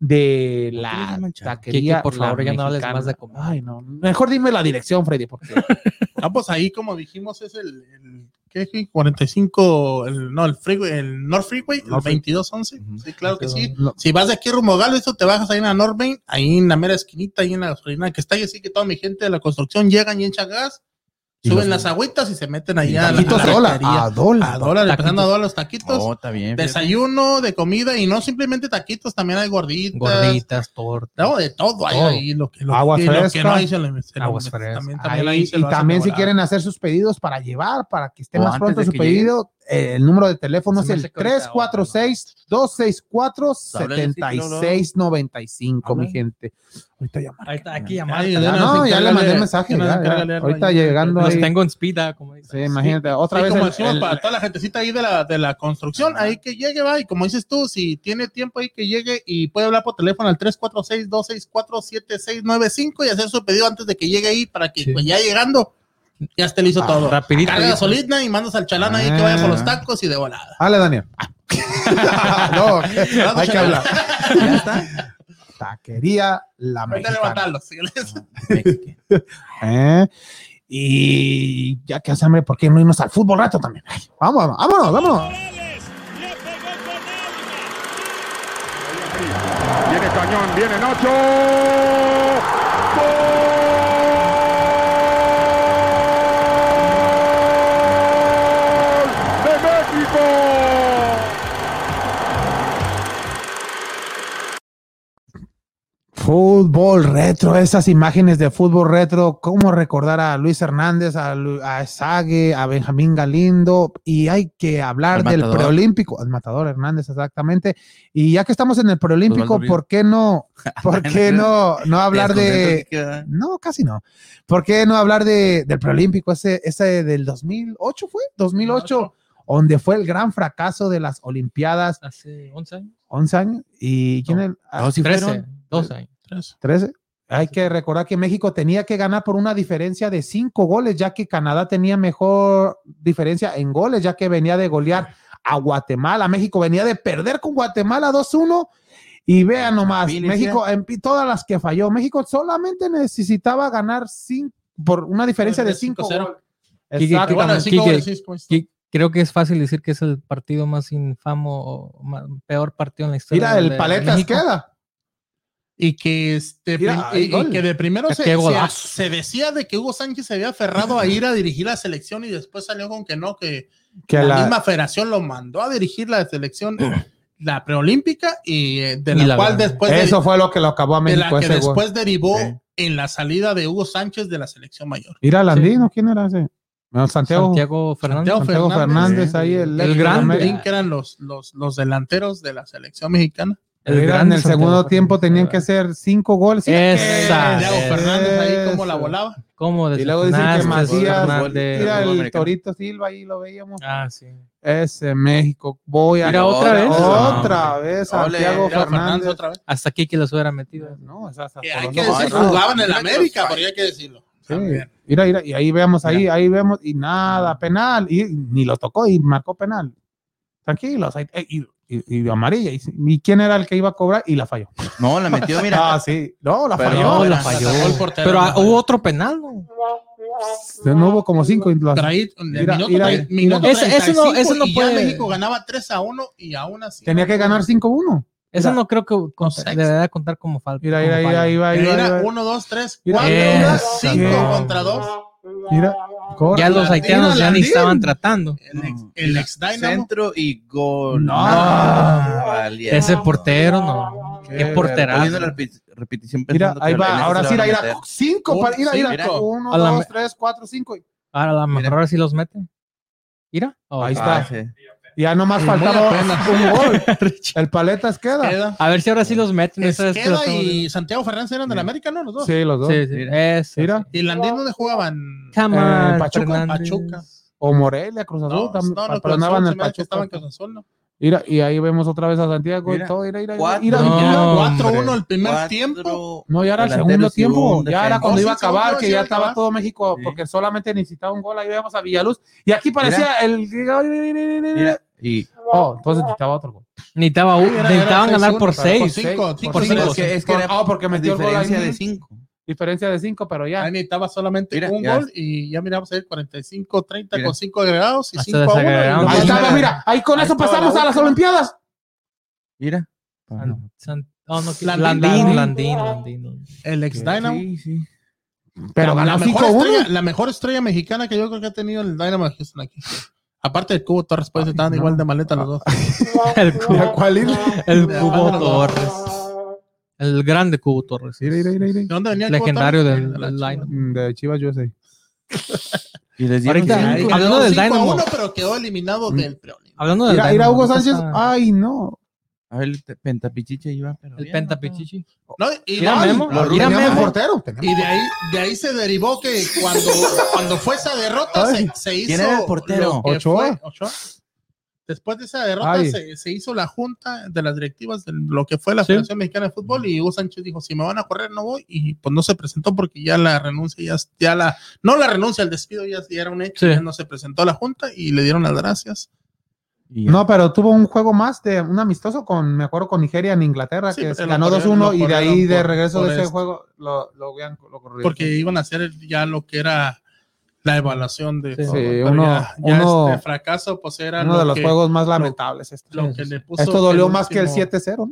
de ¿Por qué la les llaman charros? taquería. Kiki, por la favor, ya no hables mexicana. más de comida. Ay, no, mejor dime la dirección, Freddy, porque Ah, pues ahí, como dijimos, es el, el ¿qué, qué? 45, el, no, el freeway, el North Freeway, el North Freeway. 2211. Ujú. Sí, claro que sí. no, Si vas de aquí rumbo a Galveston, te bajas ahí en la Normain, ahí en la mera esquinita, ahí en la gasolina que está ahí, así que toda mi gente de la construcción llegan y echan gas, Y suben los- las agüitas y se meten allá a la, taquitos a la dólar, taquería. a dólar. a dólar, empezando a dólar los taquitos. Oh, está bien. fíjate. Desayuno, de comida y no simplemente taquitos, también hay gorditas. Gorditas, tortas. No, de todo hay Todo. ahí. Lo que, lo, Agua que- lo que fresca. no hay se lo, se lo- Aguas frescas. También, Ahí, también ahí se y lo hacen también de si volada. quieren hacer sus pedidos para llevar, para que esté O más antes pronto de su que pedido, eh, el número de teléfono Se me es hace el que ahorita ahora, ¿no? 346-264-7695, mi Ándale. gente. Ahorita ya Ahí está, aquí Ay, llamar. de Ah, una no, vez ya le encárgale- mandé mensaje. ya le ya, encárgale ya. algo Ahorita ahí. llegando Los ahí. tengo en speeda, como Sí, dicen. imagínate, otra Sí, vez. como el- decimos, el- para toda la gentecita ahí de la, de la construcción, ahí que llegue, va, y como dices tú, si tiene tiempo ahí que llegue y puede hablar por teléfono al 346-264-7695 y hacer su pedido antes de que llegue ahí para que Sí. pues, ya llegando, ya esté listo Ah, todo. rapidito, Carga dice. gasolina y mandas al chalán ahí que vaya por los Ah. tacos y de volada. Hale, Daniel. Ah. no, hay que Chalán. hablar. Ya está. Taquería la Vete a mexicana. levantarlo, sí. Pique. ¿Eh? Y ya que hace hambre, ¿por qué no irnos al fútbol rato también? Ay, vámonos, vámonos, vámonos. Viene Cañón, viene Nacho. ¡Gol de México! Fútbol retro, esas imágenes de fútbol retro, cómo recordar a Luis Hernández, a, Lu- a Sague, a Benjamín Galindo, y hay que hablar Al del Matador. preolímpico, al matador Hernández, exactamente. Y ya que estamos en el Osvaldo preolímpico, Ríos. ¿por qué no, por qué no, no hablar de, de. no, casi no, ¿por qué no hablar de, del preolímpico ese, ese del 2008 fue, 2008, donde fue el gran fracaso de las Olimpiadas, Hace 11 años. 11 años, y quién No. el- Ah, No, sí 13, fueron. 12 años. 13. Hay que recordar que México tenía que ganar por una diferencia de 5 goles, ya que Canadá tenía mejor diferencia en goles, ya que venía de golear a Guatemala. México venía de perder con Guatemala 2-1. Y vean nomás, Finish, México, en pi- todas las que falló, México solamente necesitaba ganar cin- por una diferencia de 5 5-0. goles. Quique, Exacto. Quique, Igual, así Quique, como Quique, decís, pues, Y creo que es fácil decir que es el partido más infamo o ma- peor partido en la historia. Mira, de- el de paletas México. queda. Y que, este, Mira, prim- y- ahí, y gol. que de primero Qué se, se- golazo. se decía de que Hugo Sánchez se había aferrado a ir a dirigir la selección y después salió con que no, que Que la, la- misma federación lo mandó a dirigir la selección, la preolímpica, y eh, de la, Y la cual verdad. después, eso fue lo que lo acabó a de, de la México. que ese gol. después derivó Sí. en la salida de Hugo Sánchez de la selección mayor. Mira, Landino, ¿quién era ese? No, Santiago. Santiago Fernández. Santiago Santiago Fernández. Fernández, ahí el, El ex grande. de América. También que eran los, los, los delanteros de la selección mexicana. Mira, en grande el Santiago segundo Fernández, tiempo tenían ¿verdad? que hacer cinco goles. Esa. Santiago es. Eh, Fernández ahí como la Eso. volaba. ¿Cómo Y luego dicen que ah, desafinaste, Macías- Fernández? Mira el Fútbol americano. Torito Silva, ahí lo veíamos. Ah, sí. Ese México. Voy a. Mira, otra vez. Ah, Otra vez, Ole, Santiago Santiago Fernández, Fernández. otra vez. Hasta aquí que los hubiera metido. No, es hasta Eh, Que Eh, hay por los que ojos decir, cerrados. jugaban en la América, pero hay que decirlo. Sí. También. Mira, mira, y ahí vemos, ahí, ahí vemos, y nada, penal, y ni lo tocó y marcó penal. Tranquilos, ahí- eh, y, y- y amarilla. Y, y quién era el que iba a cobrar? Y la falló. No, la metió, mira. Ah, sí. No, la Pero falló. no, la la falló. sacó el portero. Pero ah, hubo otro penal, ¿no? No hubo como cinco. y las- Pero ahí, en el Mira, minuto, mira, tre- mira. minuto Ese- ese no- 35, ese no y ya puede- México ganaba 3 a 1 y aún así. Tenía que ganar 5-1. Eso Mira. no creo que con- sexto. debería contar como falta. Mira, como mira, ahí falla. va, ahí va, ahí va, ahí Era va. 1, 2, 3, Mira. 4, Esa, 5 no. contra 2. Mira, corre. Ya los Landín, haitianos ya ni Landín. estaban tratando. El ex, No. el ex Dynamo. Mm. Centro y gol. No. valiendo. Ah, Ese portero, no. Qué Qué verga. porterazo. Estoy viendo la repi- repetición Mira, pensando ahí que en va. ese Ahora se sí, la mira, van a mira. meter. 5 para ir, Cinco. mira. 1, A la 2, me- 3, 4, 5. Ahora a lo mejor ahora sí los meten. Mira. Ahí Ahí está. Ah, está. sí. Ya nomás faltaba un gol. El paletas queda. Queda. A ver si ahora sí los meten. esa vez que lo Queda estamos viendo. y Santiago Fernández eran del América, ¿no? Los dos. Sí, los dos. Sí, sí. Eso. Mira. ¿Y Landín dónde jugaban? Camargo, Eh, Pachuca, Fernández. Pachuca. O Morelia, Cruz Azul. No, no, también, no, pa- Cruz pero andaban Azul, en se el me hace que estaban en Pachuca. Cruz Azul, ¿no? Mira, y ahí vemos otra vez a Santiago y Mira. todo. Mira, mira, mira. Cuatro. mira, No. mira. 4-1 el primer Cuatro tiempo. No, ya era el segundo delanteros y tiempo, un ya era defensa. cuando Oh, iba a sí, segundo, acabar, sí, que ya iba a estaba acabar. todo México, Sí. porque solamente necesitaba un gol, ahí veíamos a Villaluz, y aquí parecía el... Mira, y Oh, entonces necesitaba otro gol. Necesitaba un- Era- era necesitaban ganar por 3-1, pero por seis. seis, cinco, por cinco, cinco, cinco. es que, es que era Oh, porque metió el gol ahí diferencia de mismo. 5. Diferencia de cinco, pero ya. Ahí necesitaba solamente Mira, un ya. gol y ya miramos ahí 45, 30 Mira. con 5 agregados y Hasta 5 a 1. desagregaron. Ahí Ahí estaba, está. mira, ahí con Ahí eso estaba la pasamos a las última. Olimpiadas. Mira. San- San- oh, no, que- Landín, Landín, Landín. Landín, Landín. El ex Dynamo. Sí, sí. Pero ganó mejor 5-1. estrella- la mejor estrella mexicana que yo creo que ha tenido el Dynamo de Houston aquí. Aparte del Cubo Torres, pues estaban no. igual de maleta los dos. Ah, El cubo, ¿Cuál es? el Cubo Torres. El grande Cubo Torres. Mira, mira, mira, ¿De mira. dónde venía el Cubo Legendario Torres? del, De la del Chivas. Dynamo. Mm, De Chivas USA. Y les dieron Ahorita- cinco. Ahí Hablando ganó del 5 a Dynamo. Ah, 1, pero quedó eliminado del Preolímpico. Hablando del Mira, mira, Dynamo, Hugo ahorita Sánchez, Ah, está ay, no. A ver, el te- pentapichiche iba, pero El bien, Pentapichichi. No, y, Mira, no, y- Memo. Lo Mira, teníamos Memo. portero. teníamos- y de ahí de ahí se derivó que cuando, cuando fue esa derrota se, se hizo ¿quién era el portero? lo que Ochoa. fue- Ochoa. Después de esa derrota Ay. se, se hizo la junta de las directivas de lo que fue la Sí. Federación Mexicana de Fútbol y Hugo Sánchez dijo, si me van a correr no voy y pues no se presentó porque ya la renuncia, ya, ya la, no la renuncia, el despido ya, ya era un hecho, Sí. ya no se presentó a la junta y le dieron las gracias. Y ya. No, pero tuvo un juego más de un amistoso con, me acuerdo, con Nigeria en Inglaterra, Sí, que pero se lo ganó corrieron- 2-1 lo y de ahí corrieron de por- regreso por de ese esto. juego lo, lo, habían- lo corrieron. porque iban a hacer ya lo que era la evaluación de Sí, fútbol, sí, pero uno- ya, ya uno- este fracaso pues era uno lo de los que- juegos más lamentables. este. lo que le puso Esto dolió Pues, el más que el último- Ah, 7-0.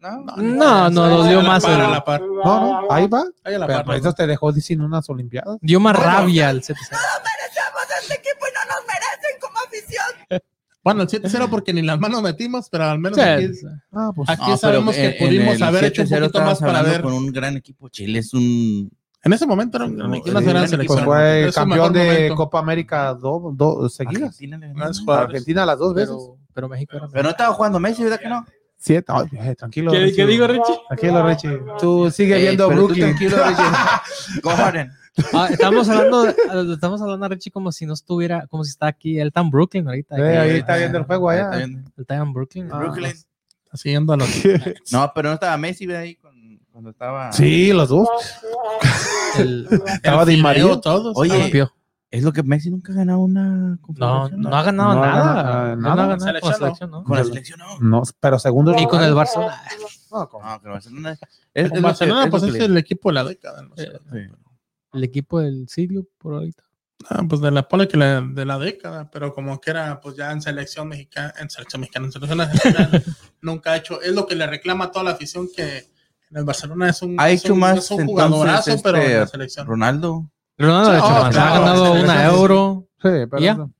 No, no. No, no, Ahí dolió a la más par, el- a la par. ¿no? No, no, ahí va. Ahí a la Pero par, pues, ¿no? eso te dejó sin unas Olimpiadas. Dio más Bueno. rabia al 7-0. merecemos este equipo y no nos merecen como afición. Bueno, el 7-0 porque ni las manos metimos, pero al menos Sí, aquí, es- Ah, pues. aquí No, pero sabemos en- que en pudimos el haber hecho un 7-0 poquito más estabas para hablando ver. con un gran equipo. Chile es un En ese momento era un- No, una sí, gran pues selección. Pues fue Es el su campeón mejor de momento. Copa América dos dos seguidas. Argentina le ganó. Más A jugadores. Argentina las dos veces. pero, pero México era Pero no estaba jugando Messi, ¿verdad que no? Siete. Ay, eh, tranquilo. ¿Qué, Richie. qué digo, Richie? Tranquilo, Richie. Tú sigue Ey, viendo Eh, pero tú Brooklyn. tranquilo, Richie. Gordon. Ah, estamos hablando, de- estamos hablando a Richie como si no estuviera, como si está aquí, él está en Brooklyn ahorita. Eh, ahí Él está viendo el juego Ahí allá. está viendo. está en Brooklyn. Ah, Brooklyn. pues. Está siguiendo a los. No, pero no estaba Messi, ¿verdad? Ahí con- cuando estaba. Sí, los dos. el- Estaba Di María. todos. Oye, estaban- campeón. Es lo que Messi nunca ha ganado una. no, confederación, no ha ganado No ha nada. ganado, eh, No ha nada. ganado con la Pues, Selección, selección, ¿no? Con la selección, no. No, pero segundo. Y con el Barcelona. No, con- No, con Barcelona. Es- es lo con que- Barcelona, es pues lo es que le- el equipo de la década. no sé. Sí. El equipo del siglo por ahorita. Ah, pues de la pole que la- de la década, pero como que era pues ya en selección mexicana, en selección mexicana, en selección argentina, nunca ha hecho, es lo que le reclama a toda la afición que en el Barcelona es un, Ha es hecho un- más, es un entonces, jugadorazo, pero en la este, selección. Ronaldo. Ronaldo Sí, ha hecho oh, más, claro, ha ganado sí, una sí, sí. euro. Sí, pero Ya. eso.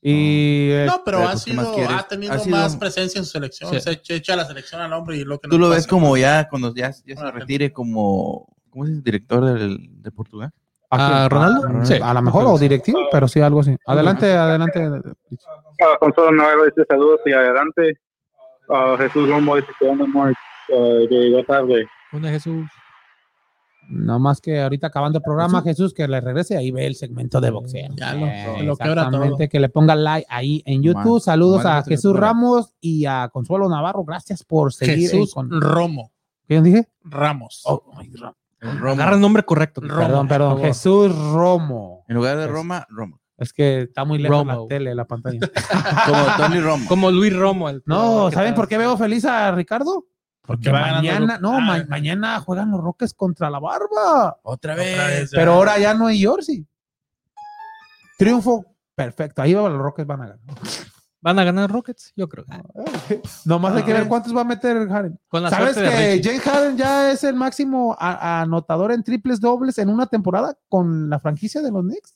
Y eh, No, pero Pero, ha pues, ¿qué más sido, quieres? ha tenido Ha sido- más presencia en su selección, Sí. se echa- echa la selección al hombre y lo que Tú no lo pasa. ves como ya, cuando ya, ya se Bueno, retire como. ¿Cómo es el director del, de Portugal? ¿a quién? Ah, ¿A Ronaldo? A, Sí. mm, Ah, a lo mejor, o directivo, pero sí, algo así. Adelante, adelante. Ah, con solo nueve dice saludos y adelante. Ah, Jesús Romo dice que onda, Mark. Ah, que llegó tarde. Una Jesús. No más que ahorita acabando el programa, Jesús, que le regrese ahí ve el segmento de boxeo. Ya lo- Eh, lo quebra todo. exactamente, que le ponga like ahí en YouTube. Mal, Saludos mal a gusto que Jesús ponga. Ramos y a Consuelo Navarro. Gracias por seguir. Jesús en con- Romo, ¿Quién dije? Ramos. Oh, ay, Ro- Roma. Agarra el nombre correcto. Romo, perdón, por perdón. favor. Jesús Romo. En lugar de Roma, Roma. Es que está muy lejos Romo. la tele, la pantalla. Como Tony Roma. Como Luis Romo. el- No, ¿qué ¿saben tal? por qué veo feliz a Ricardo? Porque va ganando mañana, Lu- no, Ah, ma- otra mañana juegan los Roques contra la Barba. Otra vez, Pero ah. ahora ya no hay Jersey. Triunfo perfecto. Ahí va, los Rockets van a ganar. ¿Van a ganar Rockets? Yo creo. Ah, Nomás hay que ver Ah. cuántos va a meter Harden. Con la ¿Sabes suerte de que Richie. James Harden ya es el máximo a- anotador en triples dobles en una temporada con la franquicia de los Knicks?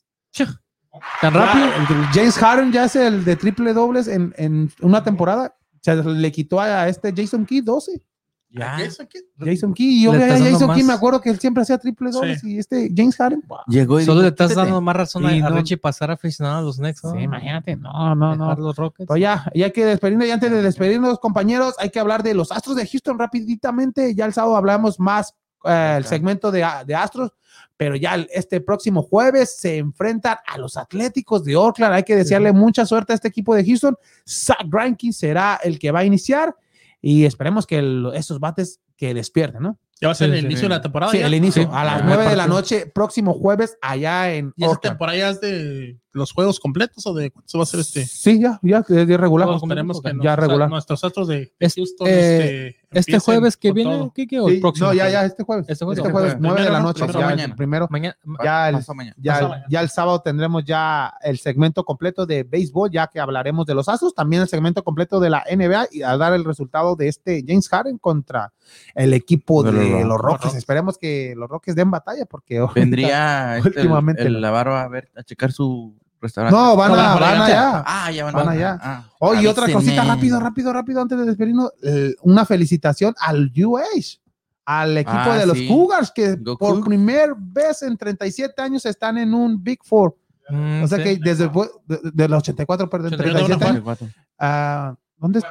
Tan rápido. Rápido. el- James Harden ya es el de triple dobles en, en una temporada. Se le quitó a este Jason Key 12. Ya. ¿Qué es aquí? Jason Key. Yo Le veía a estás dando Jason Key, más. me acuerdo que él siempre hacía triple Sí. dobles y este James Harden. ¡buah! Llegó y Solo dijo, le estás "Quítate". dando más razón a, Sí, a no. Richie pasar aficionado a los Knicks. ¿no? Sí, imagínate. No, no, no. Dejar los Rockets. Pues ya, ya hay que despedirnos. Y antes de despedirnos, compañeros, hay que hablar de los Astros de Houston rapiditamente. Ya el sábado hablamos más eh, el segmento de, de Astros, pero ya el- este próximo jueves se enfrentan a los Atléticos de Oakland. Hay que desearle mucha suerte a este equipo de Houston. Zach Greinke será el que va a iniciar y esperemos que el- estos bates que despierten, ¿no? Ya va a ser Sí, el sí, inicio sí. de la temporada. Sí, ya. el inicio Sí. a las Ah, 9 de la partido. noche, próximo jueves, allá en ¿Y esa Oakland. temporada ya es de los juegos completos o de cuántos va a ser este? Sí, ya, ya, es regular. Todos esperemos que ya nos- o sea, regular. nuestros astros de Es- Houston eh, ¿Este empiecen jueves que con viene, todo. Kike, o el Sí, próximo? no, ya, ya, este jueves. Este Este jueves. jueves, Primero, 9 de la ¿no? noche. Primero ya, mañana. el primero. Mañana. ma- Ya el, Pasó mañana. ya, Pasado el- mañana. ya el sábado tendremos ya el segmento completo de béisbol, ya que hablaremos de los Astros, también el segmento completo de la NBA y a dar el resultado de este James Harden contra el equipo de, De los los Rockets. Rockets. Esperemos que los Rockets den batalla porque ahorita- Vendría este, el- Últimamente, el- ¿no? la barba a ver a checar su restaurante. No, van No, a, van para van allá. allá. Ah, ya van, Van a- allá. ah, Oh, y otra avísenme. cosita, rápido, rápido, rápido, antes de despedirnos, eh, una felicitación al UH, al equipo Ah, de los sí. Cougars, que Go por Cougs. primera vez en 37 años están en un Big Four. Mm, O sea sí. que desde fue- de, de los 84, perdón, 84, 37 años. 34. ah, ¿dónde es?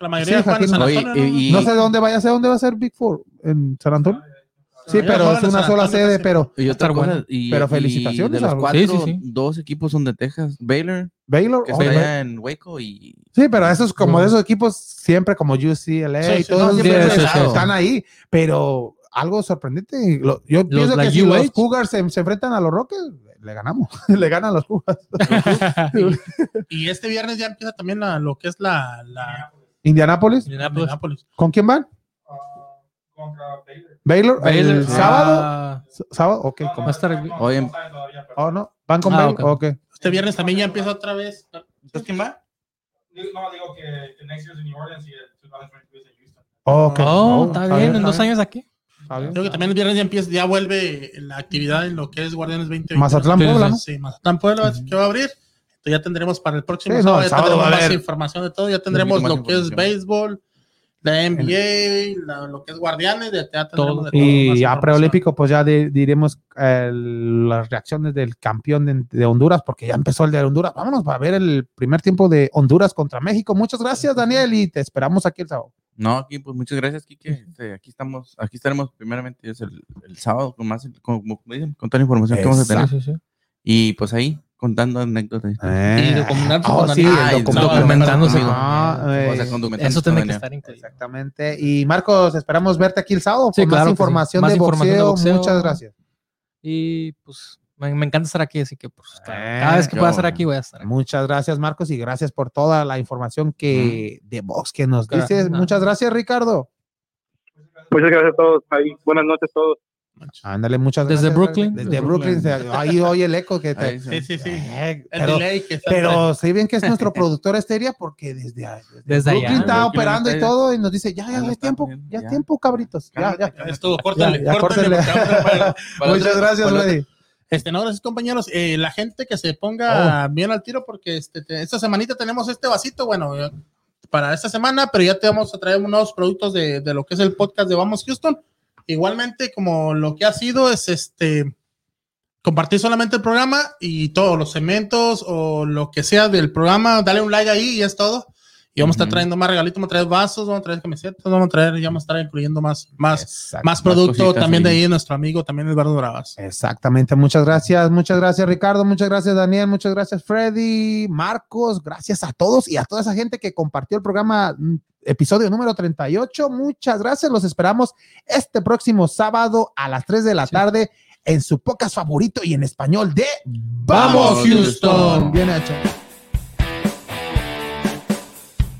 La mayoría Sí, juegan en Joaquín. San Oye, Antonio, ¿no? y, y- No sé dónde vaya a ser, dónde va a ser Big Four, en San Antonio. Sí, Ah, Ya pero juegan es en una San sola Antonio, sede, sí. pero y otra estar cosa, bueno. y- Pero y felicitaciones de a los los- cuatro, Sí, sí, sí. dos equipos son de Texas. Baylor, Baylor. que oh, está Baylor. allá en Waco y Sí, pero esos como de esos equipos siempre como UCLA Sí, y sí, todos no, esos siempre equipos han estado. están ahí, pero algo sorprendente. lo- yo pienso la que si UH. los Cougars se, se enfrentan a los Rockets, le ganamos, le ganan los Cougars. Y este viernes ya empieza también la- lo que es la, la Indianapolis, Indianapolis. Indianapolis. ¿con quién van? Baylor, Baylor, el sábado, ah, S- sábado, ok, ¿cómo? va a estar el- hoy en- Oh, no, van con Ah, Baylor, ok. Este viernes también ya empieza otra vez. ¿Sabes quién va? No, digo que next year es en New Orleans y eh, el 2022 en Houston. Ok. Oh, No, está bien, en dos está bien, años aquí. está bien. Creo que también el viernes ya empieza, ya vuelve la actividad en lo que es Guardianes 20. Mazatlán, Sí, Puebla, ¿no? Sí, Mazatlán Puebla, que va a abrir. Entonces ya tendremos para el próximo Sí, no, sábado, el ya sábado va a tendremos más haber información de todo, ya tendremos más lo que es información. béisbol, la NBA, la- lo que es guardianes, ya, ya tendremos de todo, más Y ya información. preolímpico, pues ya di- diremos eh, las reacciones del campeón de, de Honduras, porque ya empezó el de Honduras. Vámonos para ver el primer tiempo de Honduras contra México. Muchas gracias, Daniel, y te esperamos aquí el sábado. No, aquí, pues muchas gracias, Kike. Este, aquí estamos, aquí estaremos primeramente Dios, el, el sábado con más, con, como dicen, con toda la información que vamos a tener. Sí, sí, sí. Y pues ahí, contando anécdotas. Eh, Y documentarse Ah, con oh, Daniel. sí, Ah, el el documento. sábado. documentándose. Ah, eh, o sea, con documentándose Eso tiene que todavía. estar incluido. Exactamente. Y Marcos, esperamos verte aquí el sábado Sí, con claro que más sí. información, Más de, información de boxeo. boxeo. Muchas gracias. Y pues me, me encanta estar aquí, así que pues, Eh, cada vez que pueda yo- estar aquí voy a estar aquí. Muchas gracias, Marcos, y gracias por toda la información que de box que nos Claro, dices. no. Muchas gracias, Ricardo. Pues Muchas gracias a todos. Ahí, buenas noches a todos. Ándale, muchas Desde gracias. Brooklyn. Desde Desde Brooklyn. se- Ahí oye el eco que Ahí te. se- Sí, sí, sí. Eh, El pero, delay que está- pero sí bien que es nuestro productor este día porque desde, desde Desde Brooklyn allá. está Brooklyn operando y está- todo y nos dice, ya, ya, Ya ya lo es está tiempo, poniendo, ya es ya. tiempo, cabritos. Ya, ya. Ya es todo, córtale, Ya, ya, córtale, córtale. porque vamos para- para Muchas otro- gracias, para otro- Freddy. Este, no, gracias compañeros. Eh, la gente que se ponga Oh. bien al tiro porque este, te- esta semanita tenemos este vasito, bueno, eh, para esta semana, pero ya te vamos a traer unos productos de, de lo que es el podcast de Vamos Houston. Igualmente, como lo que ha sido es este compartir solamente el programa y todos los segmentos o lo que sea del programa, dale un like ahí y es todo. Y vamos a estar Ujú. trayendo más regalitos, vamos a traer vasos, vamos a traer camisetas, vamos a traer, ya vamos a estar incluyendo más, más, más producto cositas también ahí. de ahí, nuestro amigo también Eduardo Bravas. Exactamente, muchas gracias, muchas gracias Ricardo, muchas gracias Daniel, muchas gracias Freddy, Marcos, gracias a todos y a toda esa gente que compartió el programa mm, episodio número 38, muchas gracias, los esperamos este próximo sábado a las 3 de la tarde en su podcast favorito y en español de Vamos, Houston. Bien hecho.